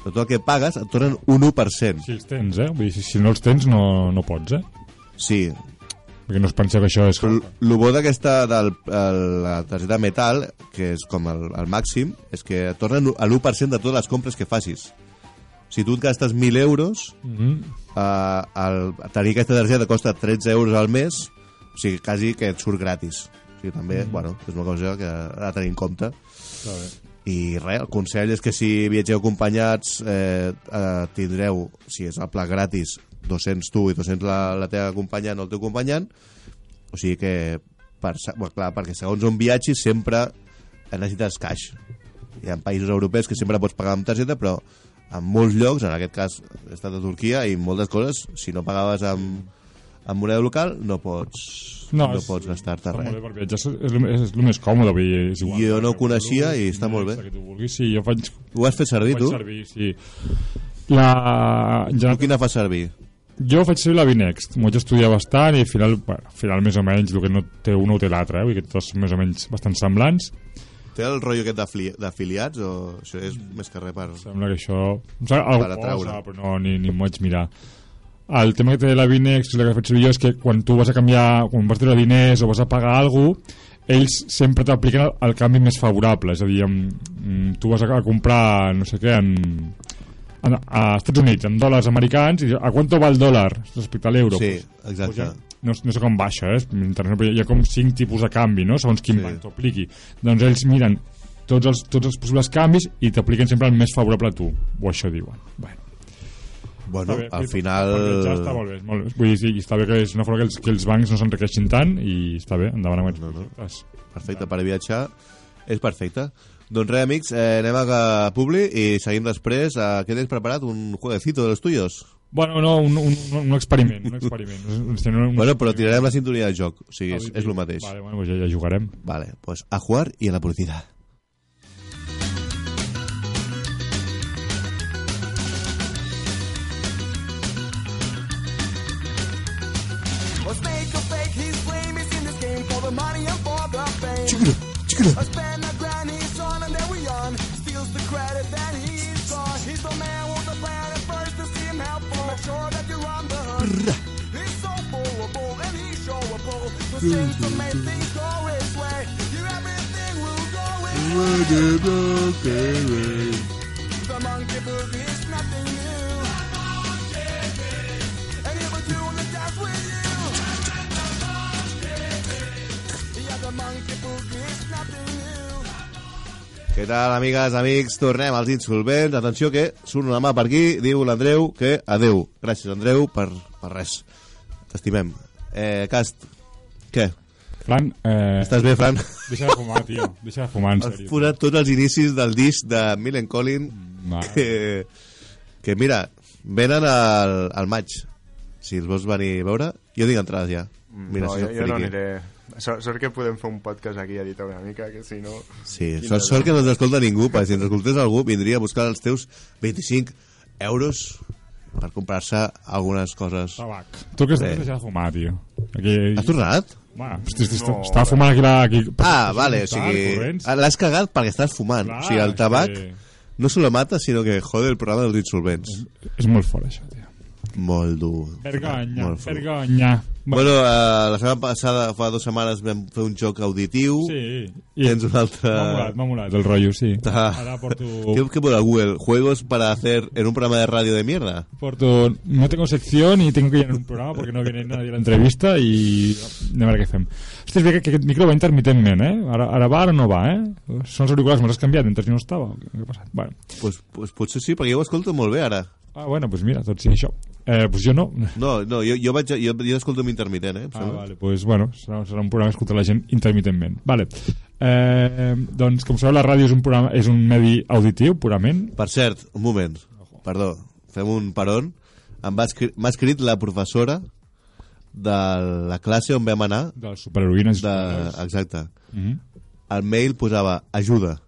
[SPEAKER 2] De tot el que pagues et tornen un 1%.
[SPEAKER 3] Si els tens, eh? Vull dir, si, si no els tens no, no pots, eh?
[SPEAKER 2] Sí.
[SPEAKER 3] perquè no us penseu que això és...
[SPEAKER 2] Però el bo d'aquesta del el- la targeta metal, que és com el, el màxim, és que et tornen a l'1% de totes les compres que facis. Si tu et gastes 1.000 euros,
[SPEAKER 3] Mm -hmm.
[SPEAKER 2] eh, el, tenir aquesta targeta costa 13 euros al mes, o sigui, quasi que et surt gratis. O sigui, també, mm. bueno, és una cosa que ha de tenir en compte. I res, el consell és que si viatgeu acompanyats eh, eh, tindreu, si és el pla gratis, 200 tu i 200 la, la teva companyant o el teu companyant, o sigui que, per, se- bueno, clar, perquè segons on viatgis sempre necessites cash. Hi ha països europeus que sempre pots pagar amb targeta, però en molts llocs, en aquest cas he estat a Turquia, i moltes coses, si no pagaves amb, amb moneda local, no pots, no, no
[SPEAKER 3] és-
[SPEAKER 2] pots gastar-te
[SPEAKER 3] Està molt bé
[SPEAKER 2] res.
[SPEAKER 3] per viatjar, és, és, lo- és el més còmode, vull dir, és igual.
[SPEAKER 2] Jo no ho coneixia i està molt bé.
[SPEAKER 3] Que tu vulguis, sí, jo faig,
[SPEAKER 2] Ho has fet servir,
[SPEAKER 3] faig
[SPEAKER 2] tu?
[SPEAKER 3] servir, sí. La... Ja,
[SPEAKER 2] Tu quina fas servir?
[SPEAKER 3] jo faig servir la Vinext, m'ho vaig estudiar bastant i al final, bueno, al final més o menys el que no té un ho té l'altre, eh? vull dir que tots més o menys bastant semblants.
[SPEAKER 2] Té el rotllo aquest d'afili- d'afiliats o això és més que res per...
[SPEAKER 3] Sembla que això... Em sembla que
[SPEAKER 2] Per
[SPEAKER 3] algú
[SPEAKER 2] atraure.
[SPEAKER 3] posa, però no, ni, ni m'ho vaig mirar. El tema que té la Vinex, el que he fet servir jo, és que quan tu vas a canviar, quan vas treure diners o vas a pagar alguna cosa, ells sempre t'apliquen el, el canvi més favorable. És a dir, em- mm, tu vas a, a comprar, no sé què, en, en, a Estats Units, en dòlars americans, i dius, a quanto va el dòlar respecte a l'euro?
[SPEAKER 2] Sí,
[SPEAKER 3] Pues,
[SPEAKER 2] exacte.
[SPEAKER 3] no, no sé com baixa, eh? m'interessa, però hi ha com cinc tipus de canvi, no? segons quin
[SPEAKER 2] Sí.
[SPEAKER 3] sí. banc t'apliqui. Doncs ells miren tots els, tots els possibles canvis i t'apliquen sempre el més favorable a tu, o això diuen. Bueno,
[SPEAKER 2] Bueno,
[SPEAKER 3] està bé,
[SPEAKER 2] al
[SPEAKER 3] vull dir,
[SPEAKER 2] final...
[SPEAKER 3] per viatjar Està molt bé, molt bé. Vull dir, sí, i està bé que és una forma que els, que els bancs no s'enriqueixin tant i està bé, endavant amb aquests
[SPEAKER 2] No, no.
[SPEAKER 3] projectes.
[SPEAKER 2] Perfecte, per viatjar és perfecte. Doncs res, amics, eh, anem a Publi i seguim després. Eh, què tens preparat? Un jueguecito de los tuyos?
[SPEAKER 3] Bueno, no, un, un, un experiment, un experiment. Un, un, un,
[SPEAKER 2] Bueno, però tirarem la sintonia del joc, o sigui, és,
[SPEAKER 3] auditiu.
[SPEAKER 2] és el mateix. Vale.
[SPEAKER 3] Ah, Vale, bueno, pues ja, ja jugarem.
[SPEAKER 2] vale, pues a jugar i a la publicitat.
[SPEAKER 6] Let's make a fake, his flame is in this game for the money and for the fame. I spend a grand, he's on and then we on. Steals the credit, then he's gone. He's the man with the plan at first to see him helpful. Make sure that you're on the hook. He's so fullable and he's showable. So since the main things go his way, you everything will go his way. The monkey boogie is nothing new. And he was doing the dance with you. Yeah, the monkey boogie is nothing new.
[SPEAKER 2] Què tal, amigues, amics? Tornem als insolvents. Atenció que surt una mà per aquí, diu l'Andreu que adeu. Gràcies, Andreu, per, per res. T'estimem. Eh, Cast, què?
[SPEAKER 3] Fran, eh,
[SPEAKER 2] Estàs bé, Fran?
[SPEAKER 3] deixa de fumar, tio. Deixa de fumar, en
[SPEAKER 2] Has
[SPEAKER 3] sèrio.
[SPEAKER 2] posat tots els inicis del disc de Millen Collin
[SPEAKER 3] Mare.
[SPEAKER 2] que, que mira, venen al, al maig. Si els vols venir a veure, jo tinc entrades ja. Mira,
[SPEAKER 4] Mm, no,
[SPEAKER 2] si
[SPEAKER 4] jo,
[SPEAKER 2] sóc
[SPEAKER 4] jo no
[SPEAKER 2] friki.
[SPEAKER 4] aniré... Sort, sort que podem fer un podcast aquí editar una mica, que si no...
[SPEAKER 2] Sí,
[SPEAKER 4] Quin
[SPEAKER 2] sort, sort que no ens escolta ningú, perquè si ens escoltés algú vindria a buscar els teus 25 euros per comprar-se algunes coses.
[SPEAKER 3] Tabac. Tu que has
[SPEAKER 2] Sí.
[SPEAKER 3] de deixar de fumar, tio. Aquí,
[SPEAKER 2] Has tornat?
[SPEAKER 3] Va, hosti, hosti,
[SPEAKER 4] No,
[SPEAKER 3] no, està fumant aquí... La, aquí
[SPEAKER 2] Ah, vale, o
[SPEAKER 3] Tal,
[SPEAKER 2] sigui, ah,
[SPEAKER 3] corrents.
[SPEAKER 2] l'has cagat perquè estàs fumant.
[SPEAKER 3] Clar,
[SPEAKER 2] o sigui, el
[SPEAKER 3] és
[SPEAKER 2] tabac
[SPEAKER 3] que-
[SPEAKER 2] no solo mata, sinó que jode el programa dels insolvents.
[SPEAKER 3] És molt fort, això, tio.
[SPEAKER 2] Molt dur.
[SPEAKER 3] Vergonya,
[SPEAKER 2] Molt fort.
[SPEAKER 3] vergonya. Va,
[SPEAKER 2] Bueno, eh, la setmana passada, fa dues setmanes, vam fer un joc auditiu.
[SPEAKER 3] sí, i
[SPEAKER 2] Tens un altre...
[SPEAKER 3] m'ha molat, m'ha molat el rotllo, sí.
[SPEAKER 2] Ah.
[SPEAKER 3] Ara porto...
[SPEAKER 2] ¿Qué, qué pone Google? ¿Juegos para hacer en un programa de radio de mierda?
[SPEAKER 3] Porto, no tengo sección y tengo que llenar un programa porque no viene nadie a la entrevista i anem a veure què fem. Hosti, és bé que, que aquest micro va intermitentment, eh? Ara, ara va, ara no va, eh? Són els auriculars, me'ls has canviat mentre jo no estava? o Què, què ha passat? Bueno.
[SPEAKER 2] Pues, pues potser sí, perquè jo ho escolto molt bé ara.
[SPEAKER 3] Ah, bueno, pues mira, tot sigui això. Eh, pues jo no.
[SPEAKER 2] No, no, jo, jo, vaig, jo, jo escolto amb intermitent, eh? em
[SPEAKER 3] Ah,
[SPEAKER 2] sembla.
[SPEAKER 3] vale, pues, bueno, serà, serà un programa que escolta la gent intermitentment. Vale. Eh, doncs, com sabeu, la ràdio és un, programa, és un medi auditiu, purament.
[SPEAKER 2] Per cert, un moment, perdó, fem un peron. Em va escri- M'ha escrit la professora de la classe on vam anar.
[SPEAKER 3] Dels superheroïnes.
[SPEAKER 2] De...
[SPEAKER 3] De...
[SPEAKER 2] Exacte.
[SPEAKER 3] Mm -hmm.
[SPEAKER 2] Al mail posava ajuda.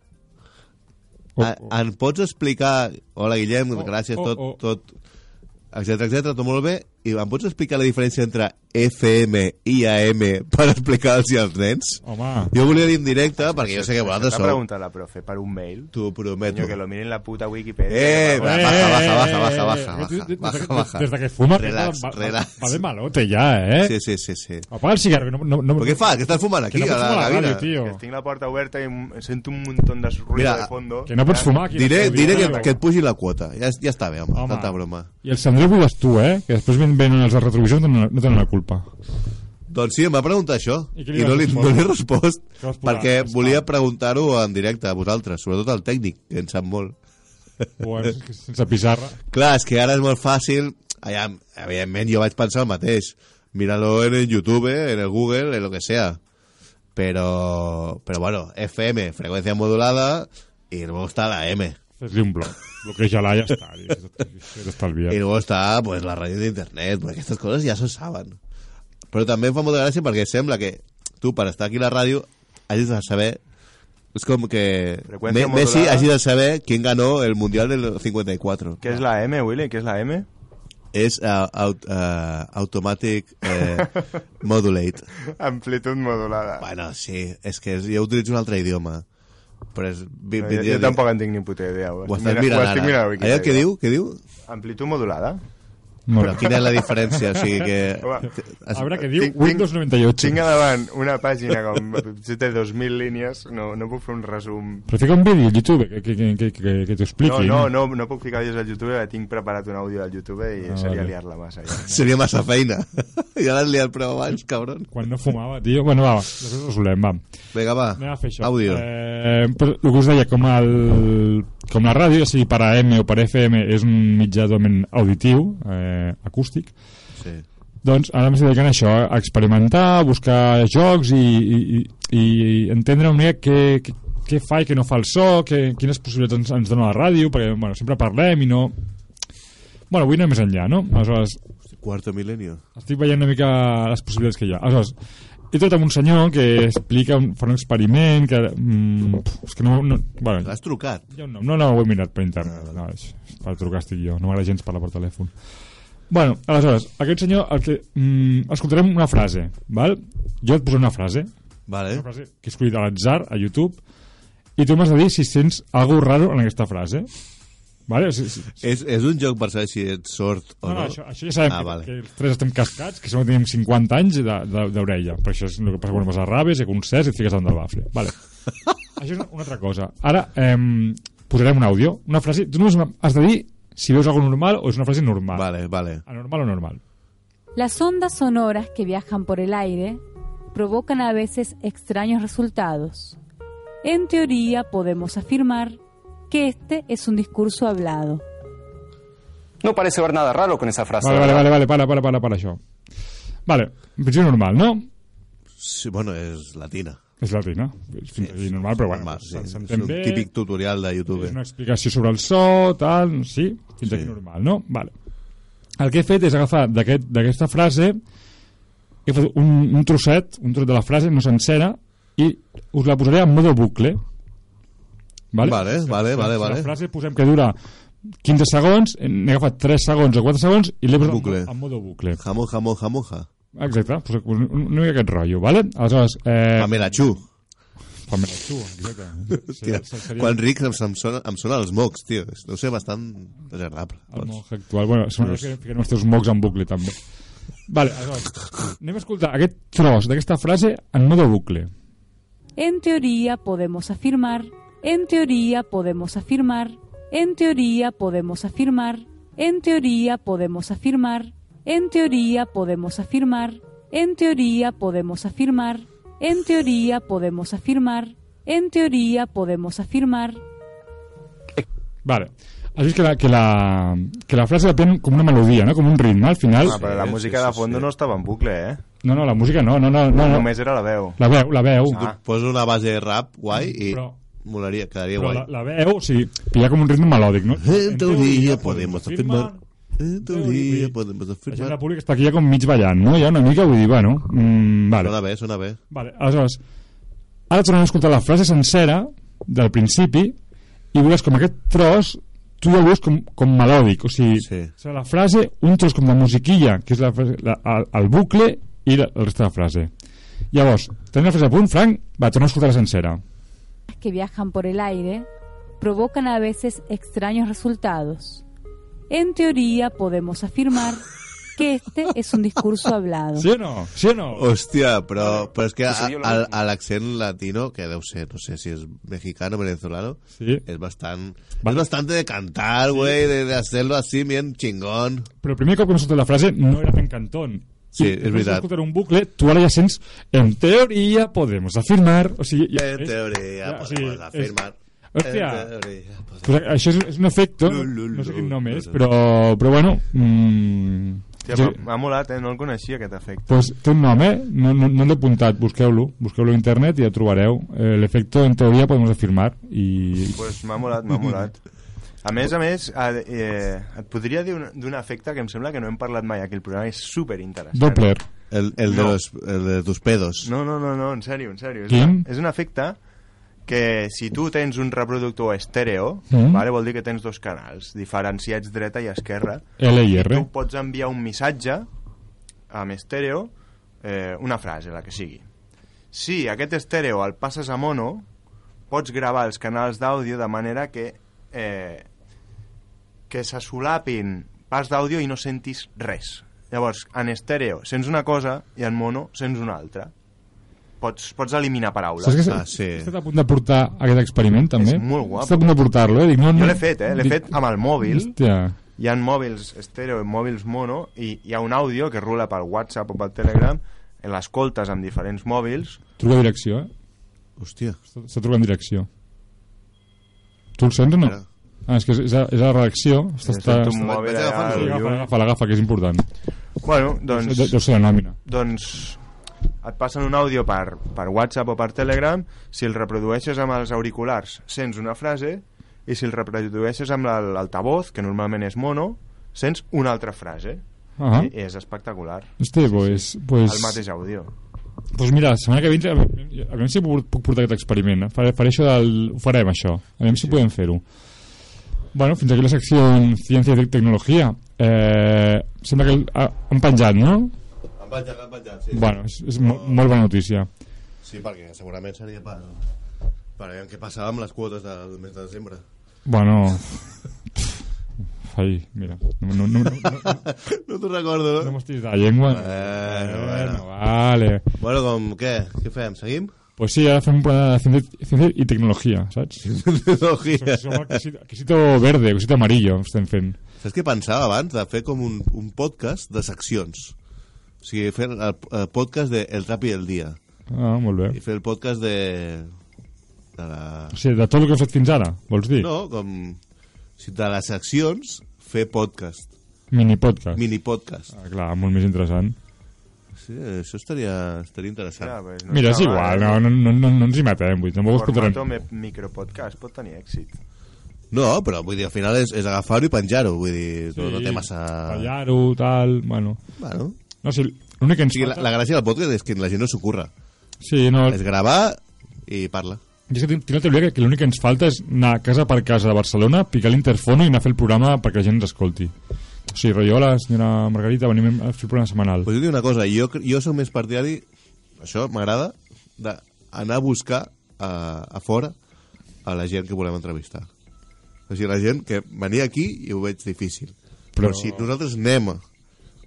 [SPEAKER 3] oh,
[SPEAKER 2] A, em pots explicar... Hola, Guillem,
[SPEAKER 3] Oh,
[SPEAKER 2] gràcies,
[SPEAKER 3] oh,
[SPEAKER 2] tot,
[SPEAKER 3] oh.
[SPEAKER 2] tot... Etcètera, etcètera, tot molt bé. I em pots explicar la diferència entre FM i AM per explicar-los als nens?
[SPEAKER 3] Home,
[SPEAKER 2] Jo volia dir en directe, perquè jo sé que vosaltres
[SPEAKER 4] Te
[SPEAKER 2] sou...
[SPEAKER 4] pregunta la profe per un mail.
[SPEAKER 2] T'ho prometo.
[SPEAKER 4] Coño, que lo miren la puta
[SPEAKER 2] Eh,
[SPEAKER 4] Wikipedia. que va,
[SPEAKER 2] va.
[SPEAKER 4] va.
[SPEAKER 2] baja, baja, baja,
[SPEAKER 3] eh,
[SPEAKER 2] baja,
[SPEAKER 3] eh,
[SPEAKER 2] baja,
[SPEAKER 3] eh,
[SPEAKER 2] baja,
[SPEAKER 3] des-
[SPEAKER 2] baja,
[SPEAKER 3] des-
[SPEAKER 2] baja.
[SPEAKER 3] Des de que fuma...
[SPEAKER 2] Relax,
[SPEAKER 3] va, va-
[SPEAKER 2] relax.
[SPEAKER 3] Va de malote ja, eh?
[SPEAKER 2] Sí, sí, sí, sí.
[SPEAKER 3] Apaga el cigarro, que no... no, no
[SPEAKER 2] Però què fa? Què estàs fumant
[SPEAKER 3] Que
[SPEAKER 2] aquí,
[SPEAKER 3] no
[SPEAKER 2] a
[SPEAKER 3] pots
[SPEAKER 2] la
[SPEAKER 3] fumar a la
[SPEAKER 2] cabina?
[SPEAKER 3] ràdio, tio.
[SPEAKER 4] Que tinc la porta oberta i m- sento un muntó de ruido
[SPEAKER 2] Mira,
[SPEAKER 4] de fondo.
[SPEAKER 3] Que no pots fumar aquí.
[SPEAKER 2] Diré,
[SPEAKER 3] en
[SPEAKER 2] diré que,
[SPEAKER 3] l'estudi.
[SPEAKER 2] que et pugi la quota. Ja, ja està bé, home,
[SPEAKER 3] Home.
[SPEAKER 2] tanta broma.
[SPEAKER 3] I el Sandreu vull tu, eh? Que després ven- venen els de retrovisió i no tenen- no tenen la culpa.
[SPEAKER 2] Doncs sí, em va preguntar això
[SPEAKER 3] I
[SPEAKER 2] i,
[SPEAKER 3] què li
[SPEAKER 2] no,
[SPEAKER 3] vas
[SPEAKER 2] li, no
[SPEAKER 3] respondre?
[SPEAKER 2] li he respost
[SPEAKER 3] Què vas posar?
[SPEAKER 2] perquè
[SPEAKER 3] Spam.
[SPEAKER 2] volia preguntar-ho en directe a vosaltres, sobretot al tècnic, que en sap molt.
[SPEAKER 3] Bueno, és que sense pissarra.
[SPEAKER 2] Clar, és que ara és molt fàcil. Allà, evidentment, jo vaig pensar el mateix. Míralo en el YouTube, eh, en el Google, en lo que sea. Pero, pero bueno, FM, frecuencia modulada, y luego está la M.
[SPEAKER 3] Fes-li un bloc. Bloqueja-la i ja està. i Ja t'estalvies.
[SPEAKER 2] Y luego está pues, la pues, radio de internet, porque estas cosas ya se usaban. Pero también fue muy gracia porque sembla que tú, para estar aquí en la radio, has de saber... Es como que
[SPEAKER 4] Frecuencia
[SPEAKER 2] Me- Messi
[SPEAKER 4] modulada.
[SPEAKER 2] has de saber quién ganó el Mundial del 54.
[SPEAKER 4] ¿Qué es la M, Willy? ¿Qué es la M?
[SPEAKER 2] Es ah, aut- ah, Automatic eh, Modulate.
[SPEAKER 4] Amplitud modulada.
[SPEAKER 2] Bueno, sí, és que és, jo utilitzo un altre idioma. Però és, vi,
[SPEAKER 4] No,
[SPEAKER 2] vi-
[SPEAKER 4] jo,
[SPEAKER 2] dir-
[SPEAKER 4] jo tampoc en tinc ni puta idea. Ho,
[SPEAKER 2] Ho
[SPEAKER 4] estic
[SPEAKER 2] estàs
[SPEAKER 4] mirant-
[SPEAKER 2] mirant
[SPEAKER 4] ho estic mirant a
[SPEAKER 2] ara.
[SPEAKER 4] Wikipedia.
[SPEAKER 2] Allò que diu, que diu?
[SPEAKER 4] Amplitud modulada.
[SPEAKER 3] Molt
[SPEAKER 2] Però
[SPEAKER 3] bé.
[SPEAKER 2] quina és la diferència? O sigui que...
[SPEAKER 4] Home,
[SPEAKER 3] A veure què diu
[SPEAKER 4] Tinc- tinc-
[SPEAKER 3] Windows 98.
[SPEAKER 4] Tinc a davant una pàgina com de 2.000 línies, no, no puc fer un resum.
[SPEAKER 3] Però fica un vídeo al YouTube que, que, que, que, que t'ho
[SPEAKER 4] No,
[SPEAKER 3] expliqui.
[SPEAKER 4] no, no, no puc ficar vídeos al YouTube, eh, tinc preparat un àudio al YouTube i
[SPEAKER 3] Ah,
[SPEAKER 4] seria
[SPEAKER 3] vale.
[SPEAKER 4] liar-la massa. Ja.
[SPEAKER 2] Seria massa feina. ja l'has liat prou abans, cabron.
[SPEAKER 3] Quan no fumava, tio. Bueno, va, va, després ho resolem, va.
[SPEAKER 2] Vinga, va.
[SPEAKER 3] Anem a fer això.
[SPEAKER 2] Àudio.
[SPEAKER 3] Eh, però el que us deia, com, el, com la ràdio, ja sigui per AM o per FM, és un mitjà totalment auditiu, eh, acústic,
[SPEAKER 2] Sí.
[SPEAKER 3] doncs ara m'estic dedicant a això, a experimentar, a buscar jocs i, i, i, i entendre una mica què, què, què fa i què no fa el so, què, quines possibilitats ens, ens dona la ràdio, perquè bueno, sempre parlem i no... Bueno, avui anem més enllà, no? Aleshores,
[SPEAKER 2] Quarto milenio.
[SPEAKER 3] estic veient una mica les possibilitats que hi ha. Aleshores, he trobat amb un senyor que explica, un, fa un experiment que... Mm, pf, és que no... no bueno,
[SPEAKER 2] L'has trucat?
[SPEAKER 3] hi ha un nom. No, no, ho he mirat per internet. No, és, és per trucar estic jo. No m'agrada gens parlar per telèfon. Bueno, aleshores, aquest senyor... El que, mm, escoltarem una frase, val? Jo et posaré una frase,
[SPEAKER 2] Vale.
[SPEAKER 3] una frase que he escollit a l'atzar, a YouTube, i tu m'has de dir si sents algo raro en aquesta frase. Vale? Si, si,
[SPEAKER 2] És, és un joc per saber si ets sort o
[SPEAKER 3] no, no,
[SPEAKER 2] no.
[SPEAKER 3] això, això ja sabem
[SPEAKER 2] Ah,
[SPEAKER 3] ah,
[SPEAKER 2] vale.
[SPEAKER 3] vale. que, els tres estem cascats, que sembla que tenim 50 anys de- de- d'orella, però això és el que passa quan vas a raves i a concerts i et fiques davant del bafle. Vale. això és una, una altra cosa. Ara ehm, posarem un àudio, una frase... Tu només m'ha- has de dir si veus alguna normal o és una frase normal.
[SPEAKER 2] Vale, vale.
[SPEAKER 3] Anormal o normal.
[SPEAKER 7] Las ondas sonoras que viajan por el aire provocan a veces extraños resultados. En teoría podemos afirmar que este es un discurso hablado.
[SPEAKER 8] No parece haber nada raro con esa
[SPEAKER 2] Ah,
[SPEAKER 8] frase.
[SPEAKER 3] Vale, vale, vale,
[SPEAKER 8] ¿verdad?
[SPEAKER 3] vale, para, para, para, para això. Vale, en principi normal, no?
[SPEAKER 2] Sí, bueno, és latina.
[SPEAKER 3] És latina. Fins sí, aquí normal, però Ah, bueno,
[SPEAKER 2] Normal, sí.
[SPEAKER 3] s'entén
[SPEAKER 2] És un
[SPEAKER 3] bé.
[SPEAKER 2] típic tutorial de YouTube.
[SPEAKER 3] És una explicació sobre el so, tal, sí,
[SPEAKER 2] Sí.
[SPEAKER 3] fins sí. aquí normal, no? Vale. El que he fet és agafar d'aquest- d'aquesta aquest, frase, he fet un, un trosset, un tros de la frase, no sencera, i us la posaré en modo bucle. Vale,
[SPEAKER 2] Vale,
[SPEAKER 3] Si la-
[SPEAKER 2] vale,
[SPEAKER 3] si la-
[SPEAKER 2] vale,
[SPEAKER 3] si
[SPEAKER 2] vale.
[SPEAKER 3] La frase posem que dura 15 segons, n'he agafat 3 segons o 4 segons i l'he posat
[SPEAKER 2] Bucle.
[SPEAKER 3] en, en modo bucle.
[SPEAKER 2] Jamón, jamón, jamonja.
[SPEAKER 3] Exacte, pues, un, un, una mica aquest rotllo, vale? Aleshores, eh,
[SPEAKER 2] Pamela Chu.
[SPEAKER 3] Pamela Chu, exacte.
[SPEAKER 2] Tira,
[SPEAKER 3] Seria- seria-
[SPEAKER 2] quan ric em, em, sona, em sona els mocs, tio. Deu ser bastant desagradable.
[SPEAKER 3] El
[SPEAKER 2] Doncs.
[SPEAKER 3] monge actual. Bueno, sembla que fiquem els teus mocs en bucle, també. Vale, aleshores, anem a escoltar aquest tros d'aquesta frase en modo bucle.
[SPEAKER 7] En teoría podemos afirmar, en teoría podemos afirmar, en teoría podemos afirmar, en teoría podemos afirmar, en teoría podemos afirmar, en teoría podemos afirmar, en teoría podemos afirmar, en teoría podemos afirmar.
[SPEAKER 3] Vale. Has vist que la, que la, que la frase la pren com una melodia, no? com un ritme, al final.
[SPEAKER 4] Ah, però la
[SPEAKER 2] sí,
[SPEAKER 4] música
[SPEAKER 2] sí,
[SPEAKER 4] de fondo
[SPEAKER 2] sí.
[SPEAKER 4] no estava en bucle, eh?
[SPEAKER 3] No, no, la música no, no, no. no, no.
[SPEAKER 4] Només era la veu. Ah,
[SPEAKER 3] La veu, la veu.
[SPEAKER 2] Tu poses una base de rap guai Ah, i
[SPEAKER 3] Però-
[SPEAKER 2] molaria, quedaria
[SPEAKER 3] Però
[SPEAKER 2] guai.
[SPEAKER 3] la, la veu, o sigui, pillar com un ritme melòdic, no?
[SPEAKER 2] En teoria podemos afirmar... En teoria
[SPEAKER 3] teoria.
[SPEAKER 2] podemos
[SPEAKER 3] La gent
[SPEAKER 2] afirmar...
[SPEAKER 3] del públic està aquí ja com mig ballant, no? Ja una mica, vull dir, bueno... Mm, vale.
[SPEAKER 2] Sona bé, sona bé.
[SPEAKER 3] Vale, aleshores, ara tornem a escoltar la frase sencera del principi i veuràs com aquest tros tu ja ho veus com, com melòdic, o sigui,
[SPEAKER 2] Sí.
[SPEAKER 3] sí. serà la frase, un tros com de musiquilla, que és la, frase- la, el, el bucle i la, el resta de la frase. Llavors, tenint la frase a punt, Frank, va, torna a escoltar-la sencera.
[SPEAKER 7] que viajan por el aire provocan a veces extraños resultados. En teoría podemos afirmar que este es un discurso hablado.
[SPEAKER 3] ¿Sí o no? ¿Sí o no?
[SPEAKER 2] Hòstia, però, però és que a,
[SPEAKER 8] Sucedió lo
[SPEAKER 2] a,
[SPEAKER 8] mismo.
[SPEAKER 2] a l'accent latino, que deu ser, no sé si és mexicano o venezolano,
[SPEAKER 3] Sí.
[SPEAKER 2] es bastant...
[SPEAKER 3] Va.
[SPEAKER 2] Es bastante de cantar, güey, de, de hacerlo así bien chingón.
[SPEAKER 3] Però el primer cop que m'ha sortit la frase no era tan cantón.
[SPEAKER 2] Sí,
[SPEAKER 3] I
[SPEAKER 2] és
[SPEAKER 3] després
[SPEAKER 2] veritat.
[SPEAKER 3] d'escoltar un bucle, tu ara ja sents, en teoria podemos afirmar... O sigui, ja,
[SPEAKER 2] En
[SPEAKER 3] és-
[SPEAKER 2] teoría,
[SPEAKER 3] ja, o sigui,
[SPEAKER 2] podemos
[SPEAKER 3] és-
[SPEAKER 2] afirmar.
[SPEAKER 3] Hòstia.
[SPEAKER 2] En teoría, podemos-
[SPEAKER 3] Pues eh, això és, és un efecte,
[SPEAKER 2] Lu, lu,
[SPEAKER 3] no sé
[SPEAKER 2] lu.
[SPEAKER 3] quin nom és, però, però bueno... Mm,
[SPEAKER 4] Hòstia,
[SPEAKER 3] jo-
[SPEAKER 4] m'ha- M'ha molat, eh? No el coneixia, aquest efecte.
[SPEAKER 3] pues té un nom, eh? No, no, no l'he apuntat, busqueu-lo. Busqueu-lo a internet i ja trobareu. Eh, L'efecte, en teoria, podem afirmar. I...
[SPEAKER 4] Pues m'ha molat, m'ha molat. A més, a més, a, eh, et podria dir un- d'un efecte que em sembla que no hem parlat mai aquí. El programa és superinteressant.
[SPEAKER 3] Doppler.
[SPEAKER 2] El, el, de
[SPEAKER 4] No.
[SPEAKER 2] los, el de tus pedos.
[SPEAKER 4] No, no, no, no, en sèrio, en sèrio. És,
[SPEAKER 3] Quin?
[SPEAKER 4] un- és un efecte que si tu tens un reproductor estèreo,
[SPEAKER 3] Mm.
[SPEAKER 4] mm. vale, vol dir que tens dos canals, diferenciats dreta i esquerra.
[SPEAKER 3] L i
[SPEAKER 4] Tu
[SPEAKER 3] R.
[SPEAKER 4] pots enviar un missatge amb estèreo, eh, una frase, la que sigui. Si aquest estèreo el passes a mono, pots gravar els canals d'àudio de manera que, eh, que se solapin parts d'àudio i no sentis res. Llavors, en estèreo sents una cosa i en mono sents una altra. Pots, pots eliminar paraules.
[SPEAKER 3] Saps que
[SPEAKER 2] Ah, sí.
[SPEAKER 3] he estat a punt de portar aquest experiment, també?
[SPEAKER 4] És molt guapo.
[SPEAKER 3] He estat a punt de portar-lo, eh? Dic, no, no,
[SPEAKER 4] Jo l'he fet, eh? L'he
[SPEAKER 3] dic-
[SPEAKER 4] fet amb el mòbil.
[SPEAKER 3] Hòstia.
[SPEAKER 4] hi ha mòbils estèreo i mòbils mono i hi ha un àudio que rula pel WhatsApp o pel Telegram eh, l'escoltes amb diferents mòbils
[SPEAKER 3] Truca a direcció, eh?
[SPEAKER 2] Hòstia.
[SPEAKER 3] Està- Està trucant direcció. Tu el sents o no?
[SPEAKER 2] Espera.
[SPEAKER 3] Ah, és que és, és, a, és a la redacció. Està, està,
[SPEAKER 4] Sento un
[SPEAKER 3] està,
[SPEAKER 4] mòbil
[SPEAKER 2] vaig
[SPEAKER 4] allà,
[SPEAKER 2] agafant-lo.
[SPEAKER 4] al
[SPEAKER 3] Agafa,
[SPEAKER 4] lluny.
[SPEAKER 3] agafa, l'agafa, que és important.
[SPEAKER 4] bueno,
[SPEAKER 3] Deu,
[SPEAKER 4] doncs,
[SPEAKER 3] deu ser la nòmina.
[SPEAKER 4] doncs et passen un àudio per, per WhatsApp o per Telegram si el reprodueixes amb els auriculars sents una frase i si el reprodueixes amb l'al- l'altavoz que normalment és mono sents una altra frase
[SPEAKER 3] Ah,
[SPEAKER 4] I, i és espectacular
[SPEAKER 3] Este, pues, pues,
[SPEAKER 4] el mateix àudio
[SPEAKER 3] pues mira, la setmana que ve a veure- a veure si puc puc portar aquest experiment. eh? Faré, faré això del, ho farem, això. A veure si podem fer-ho. Bueno, fins aquí la secció en Ciència i Tecnologia. Eh, sembla que el, ah, han penjat, no?
[SPEAKER 2] Em vaig, em vaig, sí.
[SPEAKER 3] Bueno, és, és mo, molt bona notícia.
[SPEAKER 2] Sí, perquè segurament seria per... Per veure què passava amb les quotes del mes de desembre.
[SPEAKER 3] Bueno... Ai, mira, no, no, no, no,
[SPEAKER 2] No t'ho recordo,
[SPEAKER 3] no
[SPEAKER 2] no?
[SPEAKER 3] m'estiris de la llengua.
[SPEAKER 4] Eh,
[SPEAKER 3] Eh,
[SPEAKER 2] Bueno, bueno.
[SPEAKER 3] Vale.
[SPEAKER 2] Bueno, com què? Què fem? Seguim?
[SPEAKER 3] Pues sí, eh, ara fem un programa de ciència, ciència i tecnologia, saps?
[SPEAKER 2] Tecnologia.
[SPEAKER 3] Som el quesito- quesito verde, quesito amarillo estem fent.
[SPEAKER 2] Saps què pensava abans? De fer com un, un podcast de seccions. O sigui, fer el, el podcast de El Rap i el Dia.
[SPEAKER 3] Ah, molt bé.
[SPEAKER 2] I fer el podcast de... de la...
[SPEAKER 3] O sigui, de tot el que has fet fins ara, vols dir?
[SPEAKER 2] No, com... O sigui, de les seccions, fer podcast.
[SPEAKER 3] Mini podcast.
[SPEAKER 2] Mini podcast.
[SPEAKER 3] Ah, clar, molt més interessant.
[SPEAKER 2] Sí, això estaria, estaria interessant.
[SPEAKER 4] Clar, pues, no
[SPEAKER 3] Mira, és
[SPEAKER 4] està
[SPEAKER 3] igual, no,
[SPEAKER 4] mal,
[SPEAKER 3] no,
[SPEAKER 4] eh?
[SPEAKER 3] no, no, no ens hi matem, vull dir, tampoc ho escoltarem.
[SPEAKER 4] Formato me- micropodcast pot tenir èxit
[SPEAKER 2] No, però vull dir, al final és, és agafar-ho i penjar-ho. Vull dir, no, no té massa...
[SPEAKER 3] Tallar-ho, tal, bueno...
[SPEAKER 2] Bueno,
[SPEAKER 3] No, sí, l'únic que
[SPEAKER 2] o
[SPEAKER 3] ens
[SPEAKER 2] sigui, la, la gràcia del podcast és que la gent no s'ho curra.
[SPEAKER 3] Sí, no,
[SPEAKER 2] És gravar i parla.
[SPEAKER 3] Jo és que tinc, tinc la teoria que, que l'únic que ens falta és anar casa per casa de Barcelona, picar l'interfono i anar a fer el programa perquè la gent ens escolti. O sigui, rotllo, hola, senyora Margarita, venim a fer el programa setmanal.
[SPEAKER 2] Pues jo dic una cosa, jo, cre- jo sóc més partidari, això m'agrada, d'anar a buscar a, a fora a la gent que volem entrevistar. O sigui, la gent que venia aquí i ho veig difícil. Però,
[SPEAKER 3] Però-
[SPEAKER 2] Però si nosaltres anem,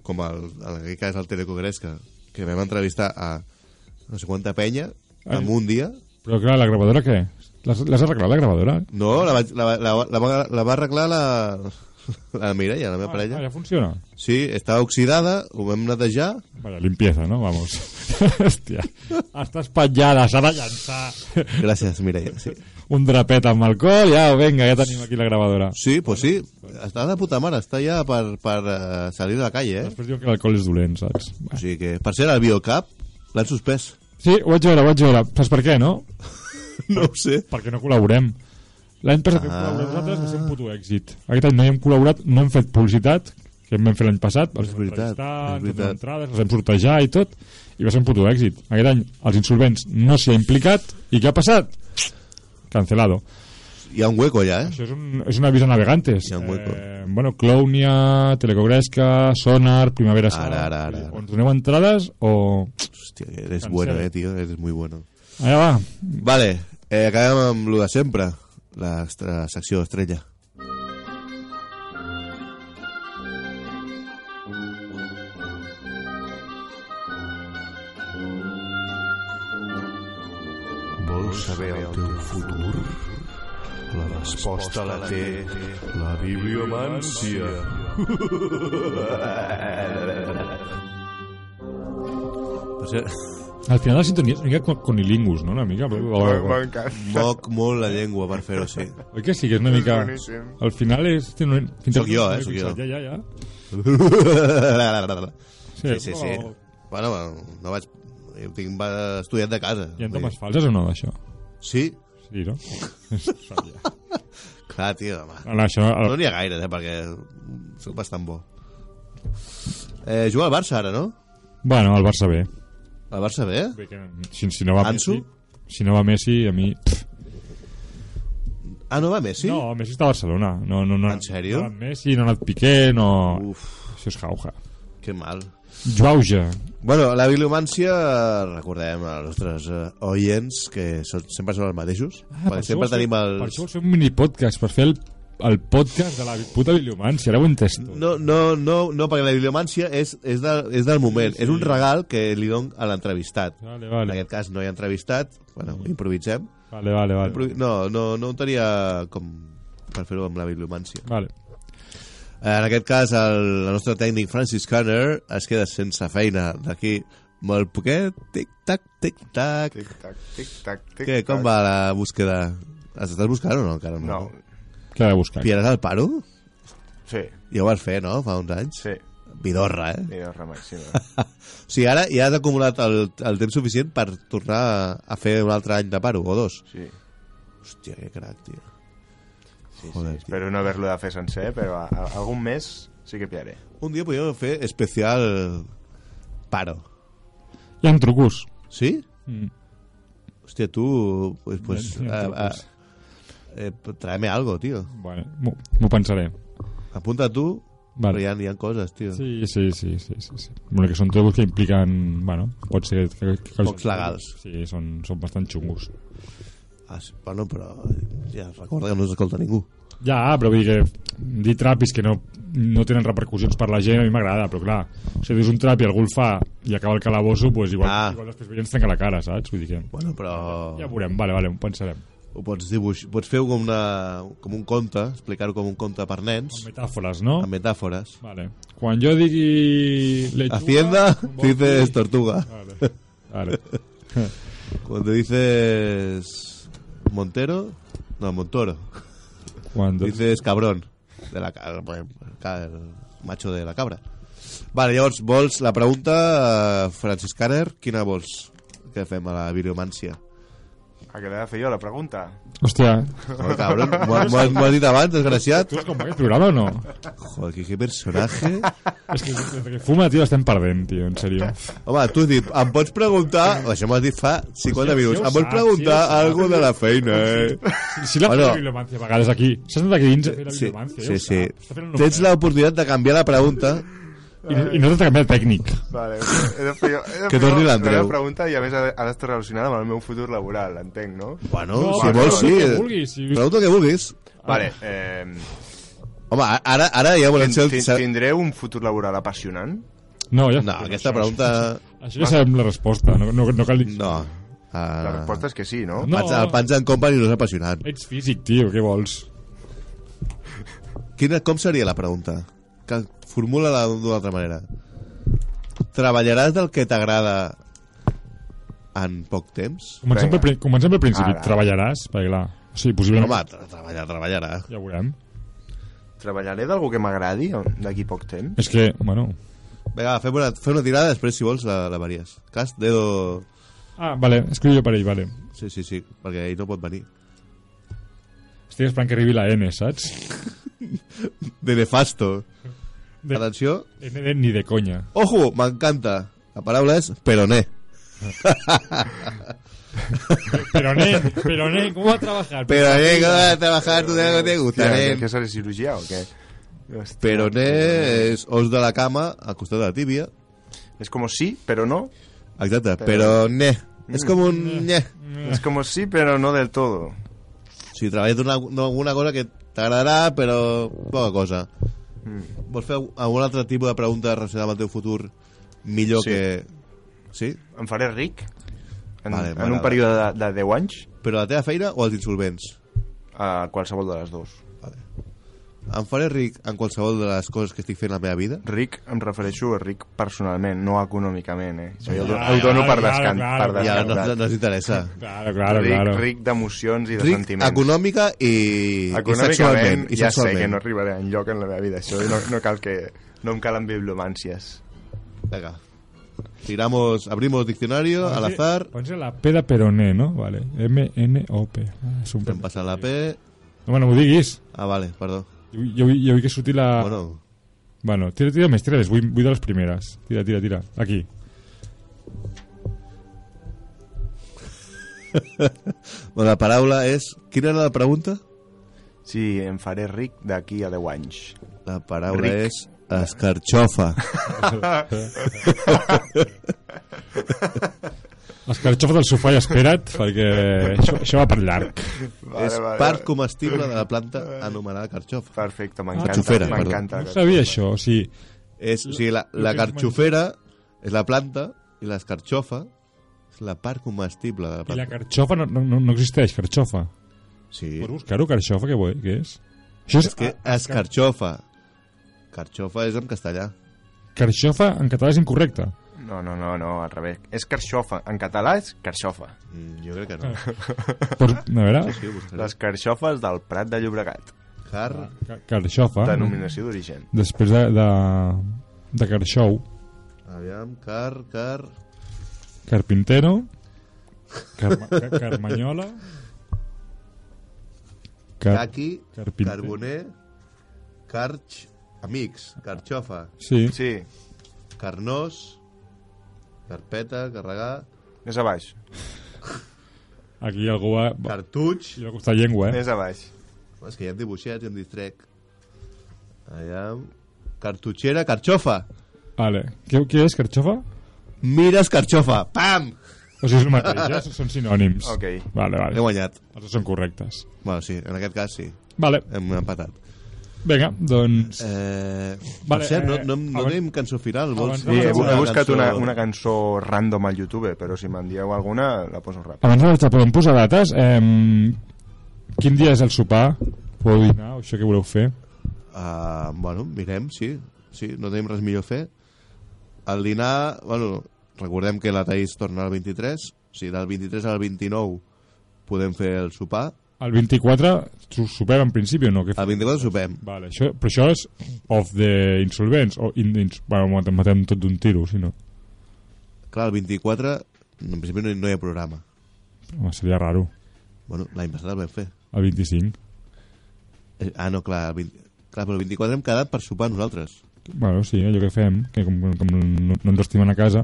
[SPEAKER 2] com el, en aquest cas el Telecogrés, que, que vam entrevistar a no sé quanta penya,
[SPEAKER 3] Ai.
[SPEAKER 2] en un dia,
[SPEAKER 3] Però clar, la gravadora què? L'has l'has arreglat, la gravadora?
[SPEAKER 2] no, la, vaig, la, la, la, va- la va arreglar la, la Mireia, la meva
[SPEAKER 3] Ah,
[SPEAKER 2] parella.
[SPEAKER 3] ja funciona.
[SPEAKER 2] Sí, estava oxidada, ho vam netejar,
[SPEAKER 3] Vaya, limpieza, no? Vamos. Hòstia. Estàs espatllada, s'ha de llançar
[SPEAKER 2] gràcies Mireia, sí.
[SPEAKER 3] un drapet amb alcohol. Ja, vinga, ja tenim aquí la gravadora.
[SPEAKER 2] Sí, pues sí. Està de puta mare, està ja per, per eh, salir de la calle, eh?
[SPEAKER 3] Després diuen que l'alcohol és dolent, saps?
[SPEAKER 2] O sigui que, per ser el Biocap, l'han suspès.
[SPEAKER 3] Sí, ho vaig veure, ho vaig veure. Saps per què, no?
[SPEAKER 2] No ho sé.
[SPEAKER 3] perquè no col·laborem. L'any passat ah. hem col·laborat nosaltres, va ser un puto èxit. Aquest any no hi hem col·laborat, no hem fet publicitat, que en vam fer l'any passat, els
[SPEAKER 2] És
[SPEAKER 3] vam
[SPEAKER 2] veritat,
[SPEAKER 3] entrevistar,
[SPEAKER 2] és
[SPEAKER 3] ens vam
[SPEAKER 2] veritat.
[SPEAKER 3] fer entrades, els vam sortejar i tot, i va ser un puto èxit. Aquest any els insolvents no s'hi ha implicat, i què ha passat? Cancelado.
[SPEAKER 2] Hi ha un hueco ja, eh?
[SPEAKER 3] Això és un, és un avís a navegantes.
[SPEAKER 2] Hi ha un hueco.
[SPEAKER 3] Eh, bueno, Clownia, Telecogresca, Sonar, Primavera... Sound.
[SPEAKER 2] Ara, ara, ara, ara.
[SPEAKER 3] O ens doneu entrades o...
[SPEAKER 2] Hòstia, eres bueno, eh, tio? Eres muy bueno.
[SPEAKER 3] Allà va.
[SPEAKER 2] Vale, eh, acabem amb lo de sempre. La, la secció estrella.
[SPEAKER 9] Vols saber el teu futur? La resposta la té la bibliomància.
[SPEAKER 2] Però això-
[SPEAKER 3] Al final la sintonia és una mica con- conilingus, no? Una mica...
[SPEAKER 4] M'encanta.
[SPEAKER 2] Moc molt la llengua per fer-ho, sí.
[SPEAKER 3] Oi que sí, que és una mica...
[SPEAKER 4] boníssim.
[SPEAKER 3] Al final és... Té un... fins
[SPEAKER 2] Sóc
[SPEAKER 3] i tot-
[SPEAKER 2] jo, eh, sóc jo.
[SPEAKER 3] Ja, ja, ja.
[SPEAKER 2] Sí, sí, sí.
[SPEAKER 3] però-
[SPEAKER 2] Bueno, bueno, no vaig... Jo tinc va- estudiat de casa.
[SPEAKER 3] Hi ha tomes falses o no, d'això?
[SPEAKER 2] Sí?
[SPEAKER 3] Sí, no?
[SPEAKER 2] Clar, tio, home.
[SPEAKER 3] no, no, això...
[SPEAKER 2] No
[SPEAKER 3] El...
[SPEAKER 2] n'hi ha gaires, eh, perquè soc bastant bo. Eh, juga al Barça, ara, no?
[SPEAKER 3] Bueno, el Barça bé.
[SPEAKER 2] Al Barça bé?
[SPEAKER 3] Bé, que Si, si no va
[SPEAKER 2] Ansu?
[SPEAKER 3] Messi... Si no va Messi, a mi... pff,
[SPEAKER 2] Ah, no va Messi?
[SPEAKER 3] No, Messi està a Barcelona. No, no, no,
[SPEAKER 2] En sèrio?
[SPEAKER 3] No ha anat Messi, no ha anat Piqué, no...
[SPEAKER 2] Uf,
[SPEAKER 3] Això és jauja.
[SPEAKER 2] que mal.
[SPEAKER 3] Jauja.
[SPEAKER 2] Bueno, la bibliomància, eh, recordem als nostres eh, oients que són, sempre són els mateixos. Ah, perquè sempre
[SPEAKER 3] vol fer-
[SPEAKER 2] tenim els...
[SPEAKER 3] Per això vol fer un minipodcast, per fer el, el podcast de la puta bibliomància, ara ho he entès tot.
[SPEAKER 2] No, no, no, no, perquè la bibliomància és, és, del, és del moment. Sí, sí. És un regal que li don a l'entrevistat.
[SPEAKER 3] Vale,
[SPEAKER 2] En
[SPEAKER 3] vale,
[SPEAKER 2] aquest cas no hi ha entrevistat, bueno, improvisem.
[SPEAKER 3] vale, vale, vale.
[SPEAKER 2] Improvi- No, no, no ho tenia com per fer-ho amb la bibliomància.
[SPEAKER 3] vale.
[SPEAKER 2] En aquest cas, el, el nostre tècnic Francis Conner es queda sense feina d'aquí molt poquet. Tic-tac, tic-tac.
[SPEAKER 4] Tic-tac, tic-tac, tic-tac.
[SPEAKER 2] Què, com va la búsqueda? Has estat buscant o no? Encara no.
[SPEAKER 4] No,
[SPEAKER 3] Què ha de buscar?
[SPEAKER 2] Pierres el paro?
[SPEAKER 4] sí,
[SPEAKER 2] Ja ho vas fer, no? Fa uns anys.
[SPEAKER 4] sí.
[SPEAKER 2] Vidorra, eh?
[SPEAKER 4] Vidorra màxima.
[SPEAKER 2] O sigui, ara ja has acumulat el, el temps suficient per tornar a- a fer un altre any de paro, o dos.
[SPEAKER 4] Sí.
[SPEAKER 2] Hòstia, que crac, tio.
[SPEAKER 4] Sí,
[SPEAKER 2] Joder,
[SPEAKER 4] sí, espero no haver-lo de fer sencer, però a, a, algun mes sí que pillaré.
[SPEAKER 2] Un dia podríem fer especial paro.
[SPEAKER 3] Hi ha trucos.
[SPEAKER 2] Sí?
[SPEAKER 3] Mm.
[SPEAKER 2] Hòstia, tu... Pues, pues,
[SPEAKER 3] Ja, ja,
[SPEAKER 2] a, a,
[SPEAKER 3] pues.
[SPEAKER 2] eh, tráeme algo, tío.
[SPEAKER 3] Bueno, m'ho- m'ho pensaré.
[SPEAKER 2] Apunta tú,
[SPEAKER 3] Vale.
[SPEAKER 2] pero ya ni han cosas, tío.
[SPEAKER 3] Sí, sí, sí, sí, sí, sí. Bueno, que són trucos que impliquen... Bueno, pot ser... Que, que, que
[SPEAKER 2] Pocs legals.
[SPEAKER 3] Sí, són, són bastant xungos.
[SPEAKER 2] Ah, sí, bueno, però ja recorda que no s'escolta ningú.
[SPEAKER 3] Ja, però vull dir que dir trapis que no, no tenen repercussions per la gent a mi m'agrada, però clar, si dius un trap i algú el fa i acaba el calabosso, pues igual,
[SPEAKER 2] Ah.
[SPEAKER 3] ah. igual després ve i ens trenca la cara, saps? Vull dir que...
[SPEAKER 2] Bueno, però
[SPEAKER 3] Ja ho veurem, vale, vale, ho pensarem.
[SPEAKER 2] ho pots dibuix... Pots fer-ho com, una, com un conte, explicar-ho com un conte per nens,
[SPEAKER 3] Amb metàfores, no?
[SPEAKER 2] amb metàfores.
[SPEAKER 3] Vale. Quan jo digui... Lechuga,
[SPEAKER 2] Hacienda,
[SPEAKER 3] un bon
[SPEAKER 2] dices
[SPEAKER 3] fill.
[SPEAKER 2] tortuga.
[SPEAKER 3] Vale. Vale.
[SPEAKER 2] Cuando dices Montero, no, Montoro.
[SPEAKER 3] Quan doncs-
[SPEAKER 2] Dices cabrón, de la ca- bueno, ca- el macho de la cabra. Vale, llavors, vols la pregunta, eh, Francis Caner, quina vols que fem a la bibliomància?
[SPEAKER 4] A què l'he de fer jo, la pregunta?
[SPEAKER 3] Hòstia,
[SPEAKER 2] Joder, cabrón, m'ho has- m'ho has- m'ho has dit abans, desgraciat.
[SPEAKER 3] tu és com aquest programa o no?
[SPEAKER 2] Joder, que, que personatge.
[SPEAKER 3] és que des que fuma, tio, estem perdent, tio, en sèrio.
[SPEAKER 2] Home, tu has dit, em pots preguntar... Això m'ho has dit fa 50
[SPEAKER 3] Sí,
[SPEAKER 2] minuts.
[SPEAKER 3] sí ho
[SPEAKER 2] Em pots
[SPEAKER 3] saps,
[SPEAKER 2] preguntar
[SPEAKER 3] sí ho saps.
[SPEAKER 2] algo de la feina, eh?
[SPEAKER 3] Si
[SPEAKER 2] Bueno.
[SPEAKER 3] l'ha bueno, fet la bibliomància a vegades aquí, s'ha anat aquí dins a fer la
[SPEAKER 2] Sí,
[SPEAKER 3] bibliomància,
[SPEAKER 2] sí, sí.
[SPEAKER 3] ja ho sap, està fent un
[SPEAKER 2] Tens l'oportunidad de canviar la pregunta.
[SPEAKER 3] I, i no t'has de canviar de tècnic.
[SPEAKER 4] Vale, he de fer jo, he de
[SPEAKER 2] Que
[SPEAKER 4] fer
[SPEAKER 2] torni
[SPEAKER 4] jo
[SPEAKER 2] l'Andreu.
[SPEAKER 4] La pregunta i a més ha ha d'estar relacionada amb el meu futur laboral, entenc, no?
[SPEAKER 2] Bueno, Oh,
[SPEAKER 3] No,
[SPEAKER 2] si
[SPEAKER 3] va,
[SPEAKER 2] vols, sí.
[SPEAKER 3] pregunta el que vulguis, si-
[SPEAKER 2] Pregunta el que vulguis.
[SPEAKER 4] Vale, eh,
[SPEAKER 2] Home, a- ara, ara ja volem
[SPEAKER 4] tin-
[SPEAKER 2] ser... el-
[SPEAKER 4] tin- tindré un futur laboral apassionant?
[SPEAKER 3] No, ja.
[SPEAKER 2] No, aquesta pregunta...
[SPEAKER 3] Això ja sabem la resposta, no, no, no cal dir...
[SPEAKER 2] No. Uh,
[SPEAKER 4] La resposta és que sí, no?
[SPEAKER 3] No.
[SPEAKER 2] Pans, el Pans and Company no és apassionant.
[SPEAKER 3] Ets físic, tio, què vols?
[SPEAKER 2] Quina, com seria la pregunta? Que formula-la d'una altra manera. Treballaràs del que t'agrada en poc temps?
[SPEAKER 3] Comencem,
[SPEAKER 4] Vinga.
[SPEAKER 3] pel, pri- comencem pel principi.
[SPEAKER 4] Ara.
[SPEAKER 3] Treballaràs, perquè clar... O sigui, possiblement...
[SPEAKER 2] Home, tra- treballar, eh? treballarà.
[SPEAKER 3] Ja ho veurem.
[SPEAKER 4] Treballaré d'algú que m'agradi d'aquí poc temps?
[SPEAKER 3] És que, bueno...
[SPEAKER 2] Vinga, va, fem una, fem una tirada, després, si vols, la, la varies. Cas, dedo...
[SPEAKER 3] Ah, vale, escriu jo per ell, vale.
[SPEAKER 2] Sí, sí, sí, perquè ell no pot venir.
[SPEAKER 3] Estic esperant que arribi la N, saps?
[SPEAKER 2] De nefasto.
[SPEAKER 3] De-
[SPEAKER 2] Atenció.
[SPEAKER 3] N de ni de conya.
[SPEAKER 2] Ojo, m'encanta. La paraula és peroné.
[SPEAKER 3] Pero, nen, pero, nen, ¿cómo va a trabajar?
[SPEAKER 2] Pero, nen, ¿cómo vas a trabajar? ¿Tú te, te gusta,
[SPEAKER 4] ¿Tienes
[SPEAKER 2] nen?
[SPEAKER 4] que ser cirugía o qué? Hostia.
[SPEAKER 2] Però, nen, és os de la cama al costat de la tíbia.
[SPEAKER 4] Es como sí, pero no.
[SPEAKER 2] Exacte, però, ne.
[SPEAKER 4] mm,
[SPEAKER 2] És com un ne.
[SPEAKER 4] Es como sí, pero no del todo.
[SPEAKER 2] O sigui, treballes d'una- d'alguna cosa que t'agradarà, però poca cosa.
[SPEAKER 4] Mm.
[SPEAKER 2] Vols fer algun altre tipus de pregunta relacionada amb el teu futur millor
[SPEAKER 4] Sí.
[SPEAKER 2] que... Sí?
[SPEAKER 4] Em faré ric en,
[SPEAKER 2] Vale,
[SPEAKER 4] en
[SPEAKER 2] m'agrada.
[SPEAKER 4] un període de, de 10 anys
[SPEAKER 2] Però la teva feina o els insolvents?
[SPEAKER 4] a qualsevol de les dues.
[SPEAKER 2] Em faré ric en qualsevol de les coses que estic fent a la meva vida?
[SPEAKER 4] Ric, em refereixo a ric personalment, no econòmicament, eh? Això jo
[SPEAKER 3] Clar,
[SPEAKER 4] ho dono
[SPEAKER 3] clar,
[SPEAKER 4] per
[SPEAKER 3] clar,
[SPEAKER 4] descant.
[SPEAKER 3] clar,
[SPEAKER 4] per
[SPEAKER 3] clar.
[SPEAKER 2] I ara
[SPEAKER 4] descant.
[SPEAKER 2] no, no, no ens interessa.
[SPEAKER 3] Claro, claro,
[SPEAKER 4] ric,
[SPEAKER 3] claro.
[SPEAKER 4] ric d'emocions i de
[SPEAKER 2] Ric,
[SPEAKER 4] sentiments.
[SPEAKER 2] econòmica i, i sexualment.
[SPEAKER 4] Econòmicament,
[SPEAKER 2] I
[SPEAKER 4] ja sé
[SPEAKER 2] sexualment.
[SPEAKER 4] que no arribaré enlloc en la meva vida. Això no, no cal que... No em calen bibliomàncies.
[SPEAKER 2] Venga. Tiramos, abrimos diccionario
[SPEAKER 3] Ah,
[SPEAKER 2] al azar.
[SPEAKER 3] Ponse la P de Peroné, no? Vale. M-N-O-P. Ah, és un P.
[SPEAKER 2] Em passa la P.
[SPEAKER 3] No, bueno, m'ho diguis.
[SPEAKER 2] Ah, vale, perdó.
[SPEAKER 3] Jo, vull- jo, vull- jo vull que surti la... Bueno,
[SPEAKER 2] Bueno,
[SPEAKER 3] bueno tira, tira més, tira més. Vull, vull de les primeres. Tira, tira, tira. Aquí.
[SPEAKER 2] bueno, la paraula és... Quina era la pregunta?
[SPEAKER 4] Sí, em faré ric d'aquí a 10 anys.
[SPEAKER 2] La paraula
[SPEAKER 4] Ric.
[SPEAKER 2] és escarxofa.
[SPEAKER 3] L'escarxofa del sofà i espera't, perquè això, això va per llarg.
[SPEAKER 4] Vale,
[SPEAKER 2] és
[SPEAKER 4] vale,
[SPEAKER 2] part
[SPEAKER 4] vale.
[SPEAKER 2] comestible de la planta anomenada carxofa.
[SPEAKER 4] Perfecte, m'encanta.
[SPEAKER 2] Ah, xufera, perdó.
[SPEAKER 4] M'encanta.
[SPEAKER 3] No sabia això, o sigui...
[SPEAKER 2] És, o sigui, la, la carxofera és la planta i l'escarxofa és la part comestible de la
[SPEAKER 3] I la
[SPEAKER 2] planta.
[SPEAKER 3] carxofa no, no, no no existeix, carxofa.
[SPEAKER 2] Sí,
[SPEAKER 3] Pots buscar-ho, carxofa, què, vol- què és? Això és,
[SPEAKER 2] és que escarxofa. Carxofa és en castellà.
[SPEAKER 3] Carxofa en català és incorrecte.
[SPEAKER 4] No, no, no, no, al revés. És carxofa. En català és carxofa.
[SPEAKER 2] Mm, jo crec que no.
[SPEAKER 3] Pots, a veure...
[SPEAKER 2] Sí, ho buscaré.
[SPEAKER 4] Les carxofes del Prat de Llobregat.
[SPEAKER 2] Car...
[SPEAKER 3] Ca-
[SPEAKER 2] Ah.
[SPEAKER 3] Carxofa.
[SPEAKER 4] Denominació d'origen.
[SPEAKER 3] Després de, de, de Carxou,
[SPEAKER 2] Aviam, car, car...
[SPEAKER 3] Carpintero, Carma, Ca- Carmanyola, Car,
[SPEAKER 2] Caqui,
[SPEAKER 3] Carpinter.
[SPEAKER 2] Carboner, Carx, Amics, Carxofa,
[SPEAKER 3] sí,
[SPEAKER 4] Sí,
[SPEAKER 2] Carnós, Carpeta, Carregar,
[SPEAKER 4] més a baix.
[SPEAKER 3] aquí algú va... va
[SPEAKER 2] Cartuig...
[SPEAKER 3] li va costar llengua, eh?
[SPEAKER 4] Més a baix.
[SPEAKER 2] Home, És que hi ha dibuixets i em distrec. Aviam... Cartutxera, Carxofa!
[SPEAKER 3] Vale. Què, què és, carxofa?
[SPEAKER 2] Mires, Carxofa! Pam!
[SPEAKER 3] O sigui, és el mateix, ja són sinònims.
[SPEAKER 4] Ok.
[SPEAKER 3] Vale,
[SPEAKER 2] He
[SPEAKER 3] vale.
[SPEAKER 2] guanyat.
[SPEAKER 3] Els dos són correctes.
[SPEAKER 2] Bueno, sí, en aquest cas sí.
[SPEAKER 3] Vale,
[SPEAKER 2] Hem empatat.
[SPEAKER 3] vinga, doncs...
[SPEAKER 2] Eh, vale,
[SPEAKER 3] Vale,
[SPEAKER 2] per cert, no,
[SPEAKER 3] eh,
[SPEAKER 2] no, no
[SPEAKER 3] abans-
[SPEAKER 2] tenim cançó final, vols?
[SPEAKER 3] abans
[SPEAKER 4] Sí, he,
[SPEAKER 2] dir?
[SPEAKER 4] he
[SPEAKER 3] Una
[SPEAKER 4] buscat una, una cançó random al YouTube, però si me'n dieu alguna, la poso ràpid.
[SPEAKER 3] Abans de podem posar dates, eh, quin dia és el sopar? O dinar, o això que voleu fer?
[SPEAKER 2] Uh, bueno, mirem, sí. Sí, no tenim res millor a fer. El dinar, bueno, recordem que la Thaís torna el 23. O sigui, del 23 al 29 podem fer el sopar.
[SPEAKER 3] El 24 su- sopem en principi o no? Què
[SPEAKER 2] El 24 sopem.
[SPEAKER 3] Vale, això, però això és of the insolvents o in, ins, bueno, matem, matem tot d'un tiro, si no.
[SPEAKER 2] Clar, el 24, en principi no hi, no hi ha programa.
[SPEAKER 3] Home, seria raro.
[SPEAKER 2] Bueno, l'any passat el vam fer.
[SPEAKER 3] El 25.
[SPEAKER 2] Eh, Ah, no, clar, el 20, clar, però el 24 hem quedat per sopar nosaltres.
[SPEAKER 3] Bueno, sí, allò que fem, que com, com no, no ens estimen a casa.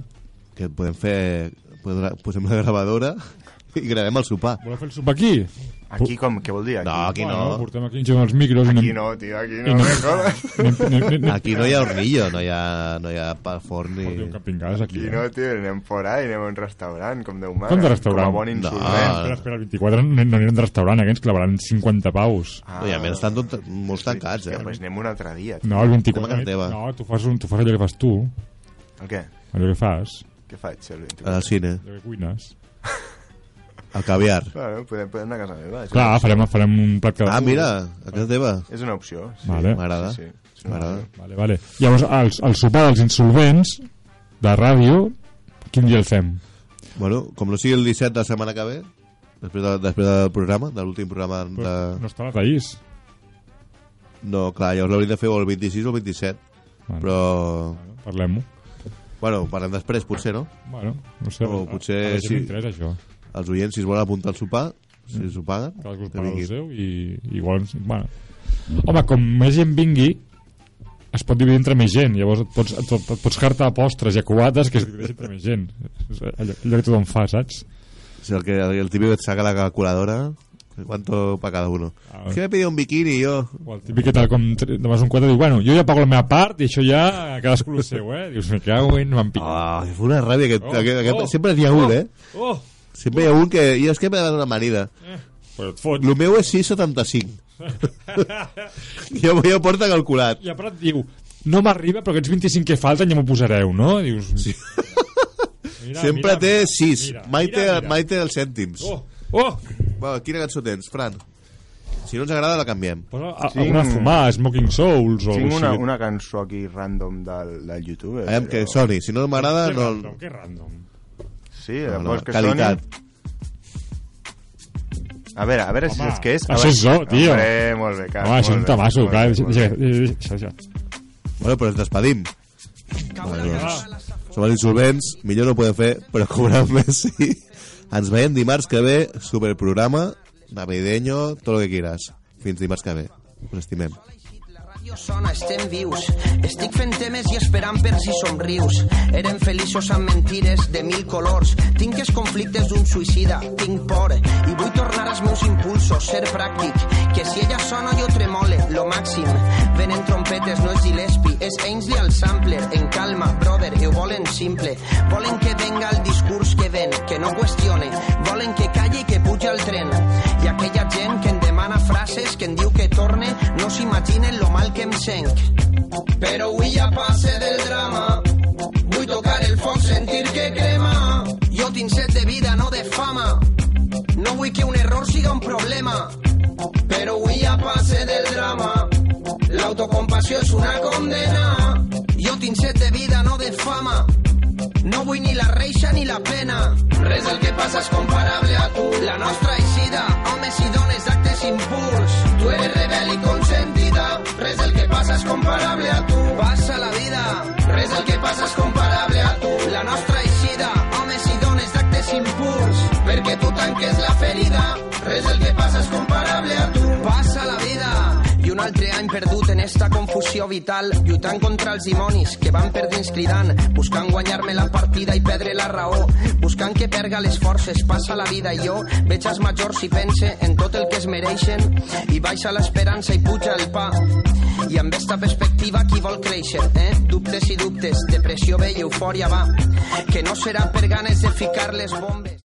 [SPEAKER 2] Que podem fer... podem gra- Posem la gravadora i gravem el sopar.
[SPEAKER 3] Voleu fer el sopar aquí?
[SPEAKER 4] Aquí com? Què vol dir?
[SPEAKER 2] No,
[SPEAKER 4] Aquí,
[SPEAKER 2] aquí
[SPEAKER 3] Bueno,
[SPEAKER 2] no.
[SPEAKER 3] portem aquí, engegem els micros i
[SPEAKER 4] aquí
[SPEAKER 3] anem,
[SPEAKER 4] no, tio, aquí
[SPEAKER 3] I
[SPEAKER 4] no.
[SPEAKER 3] no.
[SPEAKER 4] me jodas.
[SPEAKER 3] anem, anem, anem, anem,
[SPEAKER 2] Aquí no hi ha hornillo, no hi ha, no hi ha pa al forn ni...
[SPEAKER 3] portem cap pingas aquí.
[SPEAKER 4] Aquí
[SPEAKER 3] eh?
[SPEAKER 4] no, tio, anem fora i anem a un restaurant, com Déu mare.
[SPEAKER 3] Com de restaurant?
[SPEAKER 4] Com a bon insolvent.
[SPEAKER 2] No.
[SPEAKER 3] Espera, espera, el 24 no, no anirem de restaurant, aquí ens clavaran 50 paus.
[SPEAKER 2] No, i a més estan tot, molt tancats, eh?
[SPEAKER 4] Hòstia, Ah, pues anem un altre dia, tio.
[SPEAKER 3] No, el
[SPEAKER 2] Anem a
[SPEAKER 3] 24...
[SPEAKER 2] casa teva.
[SPEAKER 3] No, tu fas, un, tu fas allò que fas tu,
[SPEAKER 4] El què?
[SPEAKER 3] allò que fas,
[SPEAKER 4] Què faig el 24?
[SPEAKER 2] Al cine,
[SPEAKER 3] allò que cuines.
[SPEAKER 2] al caviar.
[SPEAKER 4] Bueno, podem, podem anar a casa meva. això
[SPEAKER 3] Clar, farem, farem un plat cada
[SPEAKER 2] Ah,
[SPEAKER 3] un.
[SPEAKER 2] mira, a casa teva.
[SPEAKER 4] És una opció. Sí.
[SPEAKER 3] Vale.
[SPEAKER 2] M'agrada.
[SPEAKER 4] Sí, sí. És una
[SPEAKER 2] M'agrada.
[SPEAKER 3] Vale, vale. Llavors, el, el sopar dels insolvents de ràdio, quin dia el fem?
[SPEAKER 2] Bueno, com no sigui el 17 de la setmana que ve, després, de, després del programa, de l'últim programa de...
[SPEAKER 3] No està la Thaís.
[SPEAKER 2] No, clar, llavors l'hauríem de fer o el 26 o el 27.
[SPEAKER 3] Vale.
[SPEAKER 2] Però,
[SPEAKER 3] Parlem-ho.
[SPEAKER 2] bueno, parlem després, potser, no?
[SPEAKER 3] Bueno, no sé.
[SPEAKER 2] O
[SPEAKER 3] a-
[SPEAKER 2] potser
[SPEAKER 3] a la gent
[SPEAKER 2] sí.
[SPEAKER 3] li Interessa, això.
[SPEAKER 2] Els oients, si es volen apuntar al sopar, si
[SPEAKER 3] Mm.
[SPEAKER 2] s'ho paguen,
[SPEAKER 3] Cadascú es
[SPEAKER 2] que
[SPEAKER 3] parla del
[SPEAKER 2] vinguin.
[SPEAKER 3] seu i i igual... ens- Bueno. Home, com més gent vingui, es pot dividir entre més gent. Llavors et pots, et, et pots cartar a postres i a cubates que es divideix entre més gent. És Allò, allò que tothom fa, saps?
[SPEAKER 2] Si el, que, el típico que saca la calculadora, ¿cuánto para cada uno?
[SPEAKER 3] Ah.
[SPEAKER 2] Es que me pidió un bikini yo.
[SPEAKER 3] O el típic que tal com tre- demanes un 4 diu, bueno, jo ja pago la meva part i això ja cadascú el seu, eh? Dius, me cago en, m'han picat.
[SPEAKER 2] Ah, fue una rabia que,
[SPEAKER 3] Oh,
[SPEAKER 2] que- que-
[SPEAKER 3] oh,
[SPEAKER 2] siempre hacía un, ¿eh?
[SPEAKER 3] Oh,
[SPEAKER 2] Siempre había un que... Y es que me daban una marida.
[SPEAKER 3] però et fot.
[SPEAKER 2] Lo meu és 675. jo, jo porta calculat.
[SPEAKER 3] I a part et diu, no m'arriba, però aquests 25 que falten ja m'ho posareu, no? Dius, sí. mira,
[SPEAKER 2] Sempre té 6.
[SPEAKER 3] mira,
[SPEAKER 2] Maite,
[SPEAKER 3] mira, mira.
[SPEAKER 2] Maite dels cèntims.
[SPEAKER 3] Oh, oh!
[SPEAKER 2] Va, quina cançó tens, Fran? Si no ens agrada, la canviem.
[SPEAKER 3] Posa a,
[SPEAKER 4] Tinc-
[SPEAKER 3] alguna a fumar, Smoking Souls o
[SPEAKER 4] Tinc
[SPEAKER 3] alguna
[SPEAKER 4] una,
[SPEAKER 3] cosa
[SPEAKER 4] una cançó aquí random del, del eh, youtuber.
[SPEAKER 2] Aviam que Sony, si no m'agrada,
[SPEAKER 3] Que
[SPEAKER 2] no...
[SPEAKER 3] random, que random.
[SPEAKER 4] Sí,
[SPEAKER 2] No,
[SPEAKER 4] no,
[SPEAKER 2] no,
[SPEAKER 4] que
[SPEAKER 2] qualitat.
[SPEAKER 4] Sony... A veure, a veure si
[SPEAKER 3] Home,
[SPEAKER 4] és que és...
[SPEAKER 3] això és zo, tio.
[SPEAKER 4] Hombre, molt bé, car,
[SPEAKER 3] Home, això és un
[SPEAKER 4] molt bé,
[SPEAKER 3] tamasso,
[SPEAKER 4] molt
[SPEAKER 3] clar.
[SPEAKER 4] bé,
[SPEAKER 3] Deixa,
[SPEAKER 4] molt
[SPEAKER 3] deixa,
[SPEAKER 4] bé.
[SPEAKER 3] deixa, deixa, deixa.
[SPEAKER 2] Bueno, però ens despedim. Vale, doncs. Som els insolvents, millor no ho podem fer, però cobrar més sí. Ens veiem dimarts que ve, superprograma, navideño, tot lo que quieras. Fins dimarts que ve. Us estimem.
[SPEAKER 6] ràdio sona, estem vius. Estic fent temes i esperant per si somrius. Eren feliços amb mentides de mil colors. Tinc els conflictes d'un suïcida, tinc por. I vull tornar als meus impulsos, ser pràctic. Que si ella sona jo tremole, lo màxim. Venen trompetes, no és Gillespie, és Ainsley al sampler. En calma, brother, ho volen simple. Volen que venga el discurs que ven, que no qüestione. Volen que calli i que puja al tren. I aquella gent que em demana frases, que em diu que torne, no s'imaginen lo mal que em senc. Però avui ja passe del drama, vull tocar el foc, sentir que crema. Jo tinc set de vida, no de fama, no vull que un error siga un problema. Però avui ja passe del drama, l'autocompassió és una condena. Jo tinc set de vida, no de fama, no vull ni la reixa ni la pena. Res del que passa és comparable a tu. La nostra eixida, homes i dones d'actes impurs. Tu eres rebel i consentida. Res del que passa és comparable a tu. Passa la vida. Res del que passa és comparable a tu. La nostra eixida, homes i dones d'actes impurs. Perquè tu tanques la ferida. Res del que passa és comparable a tu. Passa la vida. I un altre any perdut en esta confusió vital, lluitant contra els dimonis que van perdins cridant, buscant guanyar-me la partida i perdre la raó, buscant que perga les forces, passa la vida i jo veig els majors i pense en tot el que es mereixen i baixa l'esperança i puja el pa. I amb esta perspectiva qui vol créixer, eh? Dubtes i dubtes, depressió ve i eufòria va, que no serà per ganes de ficar les bombes.